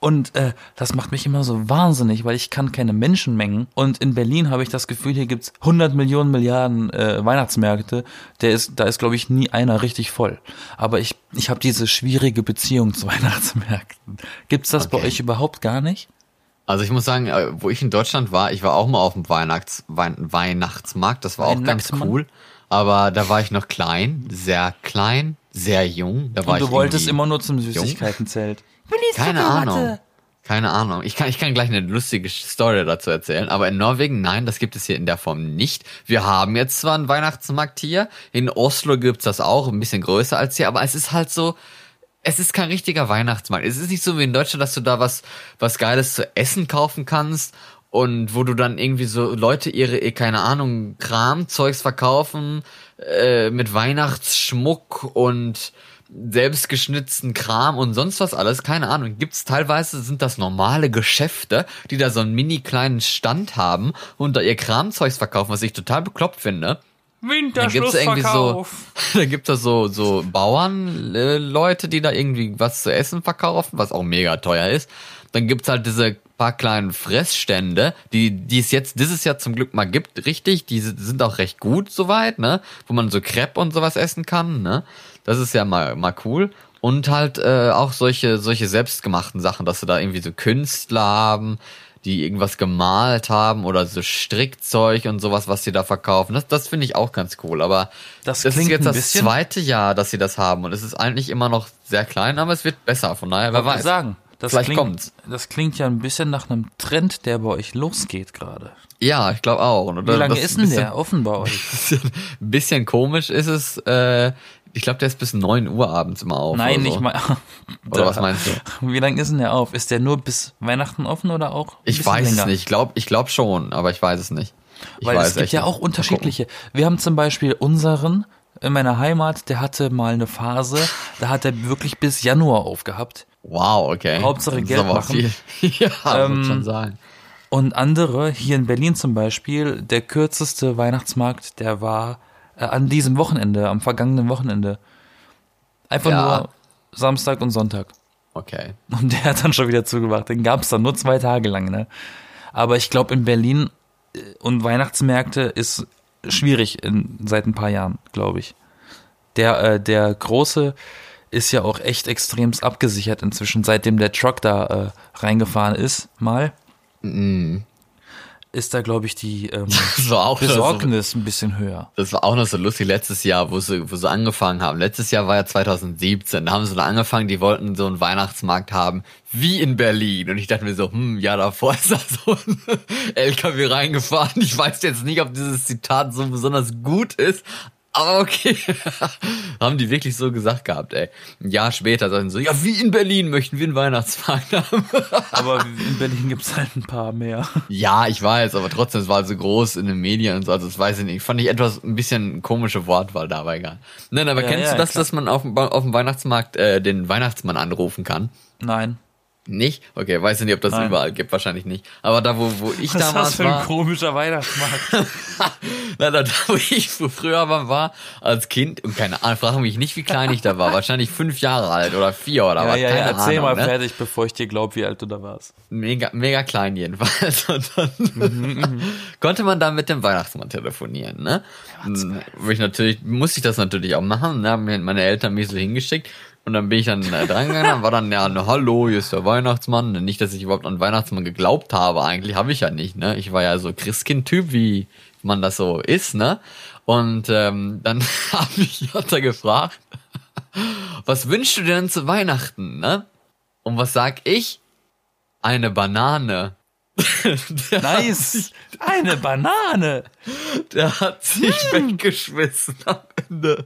Speaker 2: Und äh, das macht mich immer so wahnsinnig, weil ich kann keine Menschenmengen. Und in Berlin habe ich das Gefühl, hier gibt's 100 Millionen Milliarden äh, Weihnachtsmärkte. Der ist, da ist, glaube ich, nie einer richtig voll. Aber ich, ich habe diese schwierige Beziehung zu Weihnachtsmärkten. Gibt's das bei
Speaker 1: Okay.
Speaker 2: euch überhaupt gar nicht?
Speaker 1: Also ich muss sagen, äh, wo ich in Deutschland war, ich war auch mal auf dem Weihnachts Wein- Weihnachtsmarkt, das war auch ganz
Speaker 2: Weihnachtsmann.
Speaker 1: cool. Aber da war ich noch klein, sehr klein, sehr jung. Da war
Speaker 2: Und du
Speaker 1: ich
Speaker 2: wolltest
Speaker 1: irgendwie-
Speaker 2: immer nur zum Süßigkeitenzelt.
Speaker 1: Keine Ahnung. Keine Ahnung. Ich kann, ich kann gleich eine lustige Story dazu erzählen. Aber in Norwegen, nein, das gibt es hier in der Form nicht. Wir haben jetzt zwar einen Weihnachtsmarkt hier. In Oslo gibt's das auch, ein bisschen größer als hier. Aber es ist halt so, es ist kein richtiger Weihnachtsmarkt. Es ist nicht so wie in Deutschland, dass du da was, was Geiles zu essen kaufen kannst. Und wo du dann irgendwie so Leute ihre, eh, keine Ahnung, Kram, Zeugs verkaufen, äh, mit Weihnachtsschmuck und selbstgeschnitzten Kram und sonst was alles, keine Ahnung. Gibt's teilweise sind das normale Geschäfte, die da so einen mini kleinen Stand haben und da ihr Kramzeugs verkaufen, was ich total bekloppt finde. Dann gibt's irgendwie so, da gibt's da so so Bauern äh, Leute, die da irgendwie was zu essen verkaufen, was auch mega teuer ist. Dann gibt's halt diese paar kleinen Fressstände, die die es jetzt dieses Jahr zum Glück mal gibt, richtig, die si- sind auch recht gut soweit, ne, wo man so Crepe und sowas essen kann, ne? Das ist ja mal mal cool und halt äh, auch solche solche selbstgemachten Sachen, dass sie da irgendwie so Künstler haben, die irgendwas gemalt haben oder so Strickzeug und sowas, was sie da verkaufen. Das, das finde ich auch ganz cool. Aber
Speaker 2: Das
Speaker 1: das,
Speaker 2: klingt
Speaker 1: ist jetzt
Speaker 2: ein
Speaker 1: das
Speaker 2: bisschen-
Speaker 1: zweite Jahr, dass sie das haben und es ist eigentlich immer noch sehr klein, aber es wird besser. Von daher, wer
Speaker 2: Wollte
Speaker 1: weiß.
Speaker 2: sagen, das
Speaker 1: Vielleicht
Speaker 2: klingt,
Speaker 1: kommt's.
Speaker 2: Das klingt ja ein bisschen nach einem Trend, der bei euch losgeht gerade.
Speaker 1: Ja, ich glaube auch. Und
Speaker 2: Wie lange
Speaker 1: Äh, das
Speaker 2: ist denn der offen bei euch?
Speaker 1: Bisschen, bisschen komisch ist es. Äh, ich glaube, der ist bis 9 Uhr abends immer auf.
Speaker 2: Nein,
Speaker 1: oder so.
Speaker 2: nicht mal.
Speaker 1: Also, Oder was meinst du?
Speaker 2: Wie lange ist denn der auf? Ist der nur bis Weihnachten offen oder auch? ein
Speaker 1: Ich
Speaker 2: bisschen
Speaker 1: weiß
Speaker 2: länger?
Speaker 1: es nicht. Ich glaube ich glaub schon, aber ich weiß es nicht. Ich
Speaker 2: Weil
Speaker 1: weiß
Speaker 2: es gibt
Speaker 1: echt
Speaker 2: ja
Speaker 1: nicht.
Speaker 2: auch
Speaker 1: Mal gucken.
Speaker 2: unterschiedliche. Wir haben zum Beispiel unseren in meiner Heimat, der hatte mal eine Phase, da hat er wirklich bis Januar aufgehabt.
Speaker 1: Wow, okay.
Speaker 2: Hauptsache
Speaker 1: Das ist
Speaker 2: Geld
Speaker 1: aber
Speaker 2: machen.
Speaker 1: viel. ja, ähm, muss schon sagen.
Speaker 2: Und andere, hier in Berlin zum Beispiel, der kürzeste Weihnachtsmarkt, der war äh, an diesem Wochenende, am vergangenen Wochenende. Einfach
Speaker 1: Ja.
Speaker 2: nur Samstag und Sonntag.
Speaker 1: Okay.
Speaker 2: Und der hat dann schon wieder zugemacht. Den gab es dann nur zwei Tage lang. Ne? Aber ich glaube, in Berlin äh, und Weihnachtsmärkte ist schwierig in, seit ein paar Jahren, glaube ich. Der, äh, der große ist ja auch echt extremst abgesichert inzwischen, seitdem der Truck da äh, reingefahren ist, mal. Mhm. Ist da, glaube ich, die ähm,
Speaker 1: Das war auch so
Speaker 2: Besorgnis ein bisschen höher.
Speaker 1: Das war auch noch so lustig letztes Jahr, wo sie, wo sie angefangen haben. Letztes Jahr war ja 2017. Da haben sie dann angefangen, die wollten so einen Weihnachtsmarkt haben, wie in Berlin. Und ich dachte mir so, hm, ja, davor ist da so ein LKW reingefahren. Ich weiß jetzt nicht, ob dieses Zitat so besonders gut ist. Aber okay, haben die wirklich so gesagt gehabt, ey. Ein Jahr später sagen sie so, ja, wie in Berlin möchten wir einen Weihnachtsmarkt haben.
Speaker 2: Aber in Berlin gibt es halt ein paar mehr.
Speaker 1: Ja, ich weiß, aber trotzdem, es war so groß in den Medien und so, also das weiß ich nicht. Fand ich etwas ein bisschen komische Wortwahl dabei gar. Nein, aber
Speaker 2: Ja,
Speaker 1: kennst
Speaker 2: ja,
Speaker 1: du das,
Speaker 2: klar.
Speaker 1: dass man auf, dem Ba- auf dem Weihnachtsmarkt äh, den Weihnachtsmann anrufen kann?
Speaker 2: Nein.
Speaker 1: Nicht? Okay, weiß ich nicht, ob das
Speaker 2: Nein.
Speaker 1: überall gibt, wahrscheinlich nicht. Aber da, wo, wo ich
Speaker 2: Was ist das
Speaker 1: damals
Speaker 2: für ein
Speaker 1: war,
Speaker 2: komischer Weihnachtsmarkt?
Speaker 1: na, da, da, wo ich so früher mal war, als Kind, und keine Ahnung, frage mich nicht, wie klein ich da war, wahrscheinlich fünf Jahre alt oder vier oder
Speaker 2: ja,
Speaker 1: was,
Speaker 2: ja, ja,
Speaker 1: keine
Speaker 2: erzähl
Speaker 1: Ahnung,
Speaker 2: mal
Speaker 1: ne?
Speaker 2: fertig, bevor ich dir glaub, wie alt du da warst.
Speaker 1: Mega, mega klein jedenfalls. Und dann konnte man dann mit dem Weihnachtsmann telefonieren, ne? Wo ich natürlich, musste ich das natürlich auch machen, ne? Haben mir meine Eltern mich so hingeschickt. Und dann bin ich dann äh, dran gegangen, dann war dann, ja, ne, hallo, hier ist der Weihnachtsmann. Nicht, dass ich überhaupt an Weihnachtsmann geglaubt habe, eigentlich habe ich ja nicht, ne? Ich war ja so Christkind-Typ, wie man das so ist, ne? Und ähm, dann habe ich hat er gefragt, was wünschst du dir denn zu Weihnachten, ne? Und was sag ich? Eine Banane. der,
Speaker 2: Nice! Eine Banane!
Speaker 1: der hat sich
Speaker 2: Hm.
Speaker 1: weggeschmissen am Ende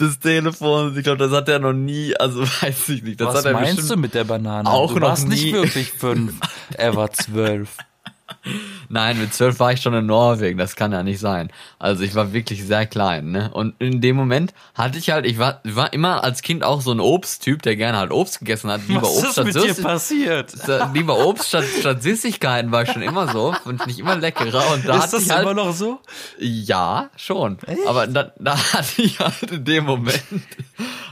Speaker 1: des Telefons. Ich glaube, das hat er noch nie, also weiß ich nicht. Das
Speaker 2: Was
Speaker 1: hat er
Speaker 2: meinst du
Speaker 1: bestimmt,
Speaker 2: mit der Banane?
Speaker 1: auch
Speaker 2: du
Speaker 1: noch
Speaker 2: warst
Speaker 1: nie-
Speaker 2: nicht wirklich fünf. Er war zwölf.
Speaker 1: Nein, mit zwölf war ich schon in Norwegen. Das kann ja nicht sein. Also ich war wirklich sehr klein, ne? Und in dem Moment hatte ich halt, ich war, war immer als Kind auch so ein Obsttyp, der gerne halt Obst gegessen hat. Lieber
Speaker 2: Was
Speaker 1: Obst
Speaker 2: ist
Speaker 1: als
Speaker 2: mit dir
Speaker 1: Süß-
Speaker 2: passiert?
Speaker 1: Da- Lieber Obst statt, statt Süßigkeiten war ich schon immer so und nicht immer leckerer. Und da
Speaker 2: Ist
Speaker 1: hatte
Speaker 2: das
Speaker 1: ich halt,
Speaker 2: immer noch so?
Speaker 1: Ja, schon. Aber da, da hatte ich halt in dem Moment,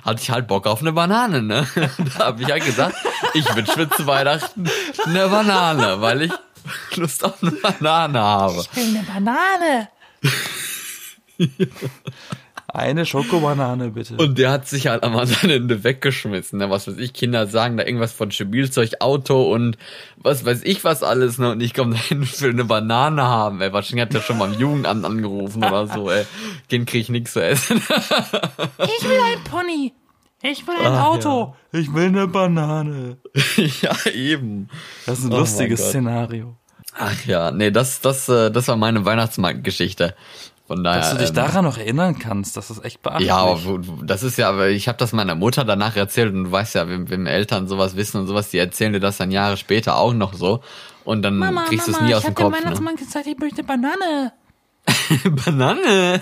Speaker 1: hatte ich halt Bock auf eine Banane, ne? Da habe ich halt gesagt, ich wünsche mir zu Weihnachten eine Banane, weil ich Lust auf eine Banane habe.
Speaker 2: Eine Banane! Eine Schokobanane, bitte.
Speaker 1: Und der hat sich halt am anderen Ende weggeschmissen. Ne? Was weiß ich, Kinder sagen da irgendwas von Spielzeug, Auto und was weiß ich was alles. Ne? Und ich komme dahin und will eine Banane haben. Ey. Wahrscheinlich hat der schon mal im Jugendamt angerufen oder so. Ey. Kind krieg ich nix zu essen.
Speaker 3: Ich will ein Pony. Ich will ein
Speaker 1: Ah,
Speaker 3: Auto.
Speaker 2: Ich will eine Banane.
Speaker 1: ja, eben.
Speaker 2: Das ist ein
Speaker 1: Oh mein
Speaker 2: lustiges
Speaker 1: Gott.
Speaker 2: Szenario.
Speaker 1: Ach ja, nee, das, das, äh, das war meine Weihnachtsmarktgeschichte. Von daher.
Speaker 2: Dass du dich
Speaker 1: ähm,
Speaker 2: daran noch erinnern kannst, das ist echt beachtlich.
Speaker 1: Ja, aber wo- wo- das ist ja, aber ich habe das meiner Mutter danach erzählt und du weißt ja, wenn, wenn Eltern sowas wissen und sowas, die erzählen dir das dann Jahre später auch noch so. Und dann
Speaker 3: Mama,
Speaker 1: kriegst du es
Speaker 3: Mama,
Speaker 1: nie
Speaker 3: ich
Speaker 1: aus dem
Speaker 3: hab dem
Speaker 1: Kopf. Ne?
Speaker 3: Weihnachtsmann gesagt, ich möchte Banane.
Speaker 1: Banane.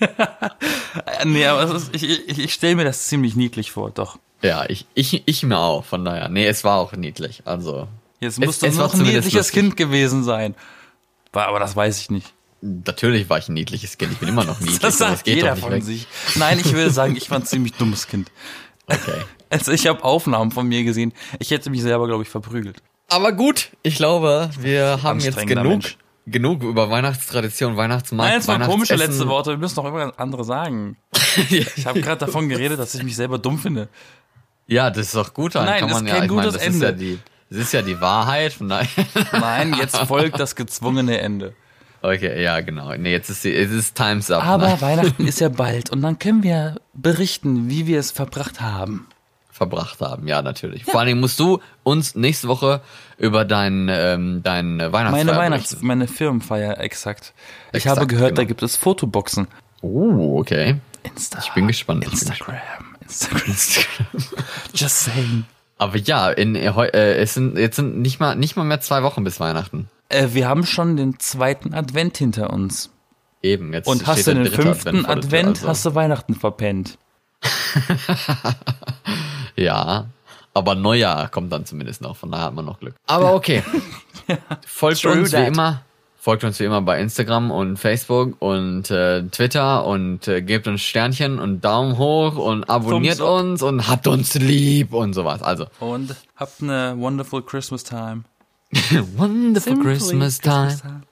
Speaker 2: Äh, nee, aber es ist, ich, ich, ich stelle mir das ziemlich niedlich vor, doch.
Speaker 1: Ja, ich, ich, ich mir auch, von daher. Nee, es war auch niedlich. Also.
Speaker 2: Jetzt
Speaker 1: Es-
Speaker 2: musst du
Speaker 1: es war
Speaker 2: noch ein
Speaker 1: zumindest
Speaker 2: niedliches
Speaker 1: lustig.
Speaker 2: Kind gewesen sein. War, aber das weiß ich nicht.
Speaker 1: Natürlich war ich ein niedliches Kind. Ich bin immer noch niedlich.
Speaker 2: Das
Speaker 1: aber
Speaker 2: sagt jeder von sich. Nein, ich würde sagen, ich war ein ziemlich dummes Kind.
Speaker 1: Okay.
Speaker 2: Also ich habe Aufnahmen von mir gesehen. Ich hätte mich selber, glaube ich, verprügelt.
Speaker 1: Aber gut, ich glaube, wir haben jetzt
Speaker 2: Anstrengender
Speaker 1: genug,
Speaker 2: Mensch.
Speaker 1: genug über Weihnachtstradition, Weihnachtsmarkt,
Speaker 2: Nein, das waren komische
Speaker 1: Weihnachtsessen.
Speaker 2: letzte Worte. Wir müssen doch immer andere sagen. Ich habe gerade davon geredet, dass ich mich selber dumm finde.
Speaker 1: Ja, das ist doch gut. Dann
Speaker 2: Nein,
Speaker 1: kann
Speaker 2: ist
Speaker 1: man ja,
Speaker 2: kein
Speaker 1: ich meine,
Speaker 2: gutes
Speaker 1: das ist
Speaker 2: Ende.
Speaker 1: ja die, das ist ja die Wahrheit. Von daher.
Speaker 2: Nein, jetzt folgt das gezwungene Ende.
Speaker 1: Okay, ja, genau. Nee, jetzt ist die, es ist Times Up.
Speaker 2: Aber
Speaker 1: ne?
Speaker 2: Weihnachten ist ja bald und dann können wir berichten, wie wir es verbracht haben.
Speaker 1: verbracht haben. Ja, natürlich. Vor allen Dingen musst du uns nächste Woche über deinen ähm, dein Weihnachtsfeier
Speaker 2: Meine
Speaker 1: berichten.
Speaker 2: Weihnachts-, meine Firmenfeier, exakt. Ich
Speaker 1: Exakt,
Speaker 2: habe gehört, da
Speaker 1: genau.
Speaker 2: gibt es Fotoboxen.
Speaker 1: Oh, okay.
Speaker 2: Insta.
Speaker 1: Ich bin gespannt. Ich bin
Speaker 2: Instagram. Instagram. Just saying.
Speaker 1: Aber ja, in, heu- äh, es sind jetzt sind nicht mal nicht mal mehr zwei Wochen bis Weihnachten.
Speaker 2: Äh, wir haben schon den zweiten Advent hinter uns.
Speaker 1: Eben jetzt.
Speaker 2: Und hast
Speaker 1: steht
Speaker 2: du
Speaker 1: der
Speaker 2: den
Speaker 1: dritte
Speaker 2: fünften
Speaker 1: vor der
Speaker 2: Advent,
Speaker 1: Tür, also.
Speaker 2: hast du Weihnachten verpennt.
Speaker 1: Ja, aber Neujahr kommt dann zumindest noch, von daher hat man noch Glück. Aber okay. folgt
Speaker 2: True
Speaker 1: uns wie
Speaker 2: that.
Speaker 1: immer. Folgt uns wie immer bei Instagram und Facebook und äh, Twitter und äh, gebt uns Sternchen und Daumen hoch und abonniert
Speaker 2: up.
Speaker 1: uns und habt uns lieb und sowas. Also,
Speaker 2: Und habt eine wonderful Christmas time.
Speaker 1: wonderful
Speaker 3: Simply
Speaker 1: Christmas time.
Speaker 2: time.